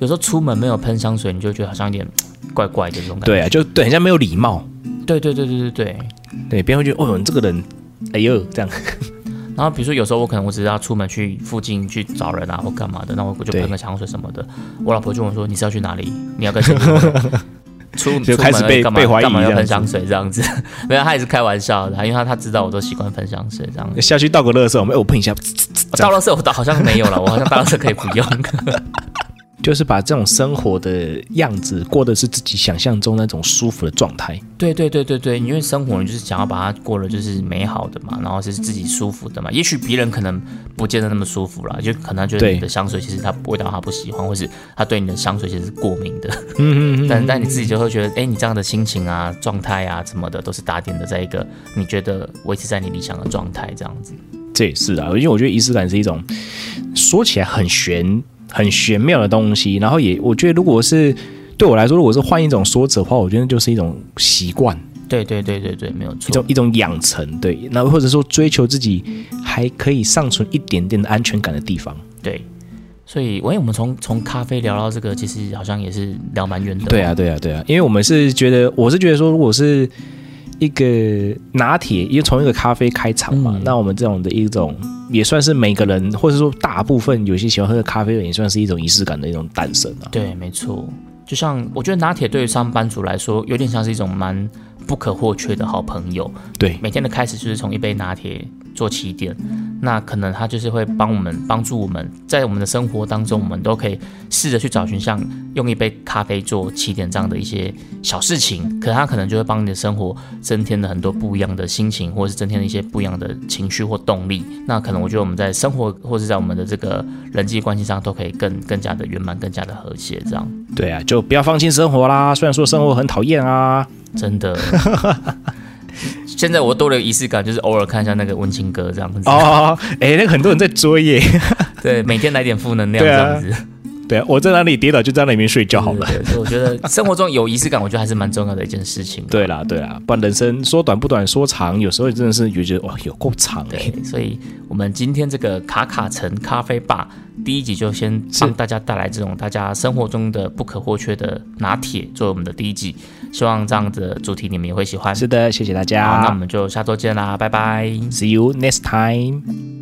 S1: 有时候出门没有喷香水，你就觉得好像有点怪怪的这种感觉。
S2: 对啊，就对，很像没有礼貌，
S1: 对对对对对对。
S2: 对，别人会觉得哦，你这个人，哎呦，这样，
S1: 然后比如说有时候我可能我只是要出门去附近去找人啊或干嘛的，那我就
S2: 对
S1: 喷个香水什么的。我老婆就问我说：“你是要去哪里？你要跟谁出门？”出
S2: (laughs) 就开始
S1: 出门
S2: 被
S1: 干嘛
S2: 被怀疑
S1: 干嘛要
S2: 这样
S1: 喷
S2: 子
S1: 香水这样子？ (laughs) 没有，她也是开玩笑的，因为她她知道我都习惯喷香水这样
S2: (laughs)
S1: 子。
S2: (laughs) 下去倒个垃圾，我们哎我碰一下，这
S1: 大
S2: 样
S1: 乐色我倒好像没有了，我好像大乐色可以不用。
S2: 就是把这种生活的样子过的是自己想象中那种舒服的状态。
S1: 对对对对对，因为生活你就是想要把它过得就是美好的嘛，然后是自己舒服的嘛。也许别人可能不见得那么舒服啦，就可能他觉得
S2: 对
S1: 你的香水其实他味道他不喜欢，或是他对你的香水其实是过敏的。
S2: 嗯嗯嗯，
S1: 但但你自己就会觉得，哎、你这样的心情啊、状态啊什么的，都是打点的，在一个你觉得维持在你理想的状态这样子。
S2: 这也是啊，因为我觉得仪式感是一种说起来很玄、很玄妙的东西。然后也，我觉得如果是对我来说，如果是换一种说辞的话，我觉得就是一种习惯，
S1: 对对对对对，没有
S2: 一
S1: 错
S2: 种。一种养成。对，那或者说追求自己还可以尚存一点点的安全感的地方。
S1: 对，所以，喂、我们从从咖啡聊到这个，其实好像也是聊蛮远的。
S2: 对啊，对啊，对啊，因为我们是觉得，我是觉得说，如果是一个拿铁，因为从一个咖啡开场嘛，
S1: 嗯
S2: 那我们这种的一种也算是每个人，或者说大部分有些喜欢喝咖啡的人，也算是一种仪式感的一种诞生啊。
S1: 对，没错。就像我觉得拿铁对于上班族来说，有点像是一种蛮不可或缺的好朋友。
S2: 对，
S1: 每天的开始就是从一杯拿铁做起点，那可能它就是会帮我们帮助我们在我们的生活当中，我们都可以试着去找寻像用一杯咖啡做起点这样的一些小事情，可它可能就会帮你的生活增添了很多不一样的心情，或者是增添了一些不一样的情绪或动力。那可能我觉得我们在生活或是在我们的这个人际关系上都可以更更加的圆满，更加的和谐这样。
S2: 对啊，就不要放弃生活啦。虽然说生活很讨厌啊，
S1: 真的。现在我多了一个仪式感，就是偶尔看一下那个温情歌这样子。
S2: 哦，哎，那个很多人在追耶。
S1: 对，每天来点负能量这
S2: 对啊
S1: 样子。
S2: (laughs) 对啊，我在哪里跌倒就在哪里面睡觉好了。
S1: 对，对所以我觉得生活中有仪式感，我觉得还是蛮重要的一件事情。啊
S2: 对啦，对啦，不然人生说短不短，说长，有时候真的是觉得哇，有够长哎、
S1: 对，所以我们今天这个卡卡城咖啡吧第一集就先帮大家带来这种大家生活中的不可或缺的拿铁作为我们的第一集，希望这样的主题你们也会喜欢。
S2: 是的，谢谢大
S1: 好，那我
S2: 家
S1: 们就下周见啦，拜拜。
S2: ，See you next time。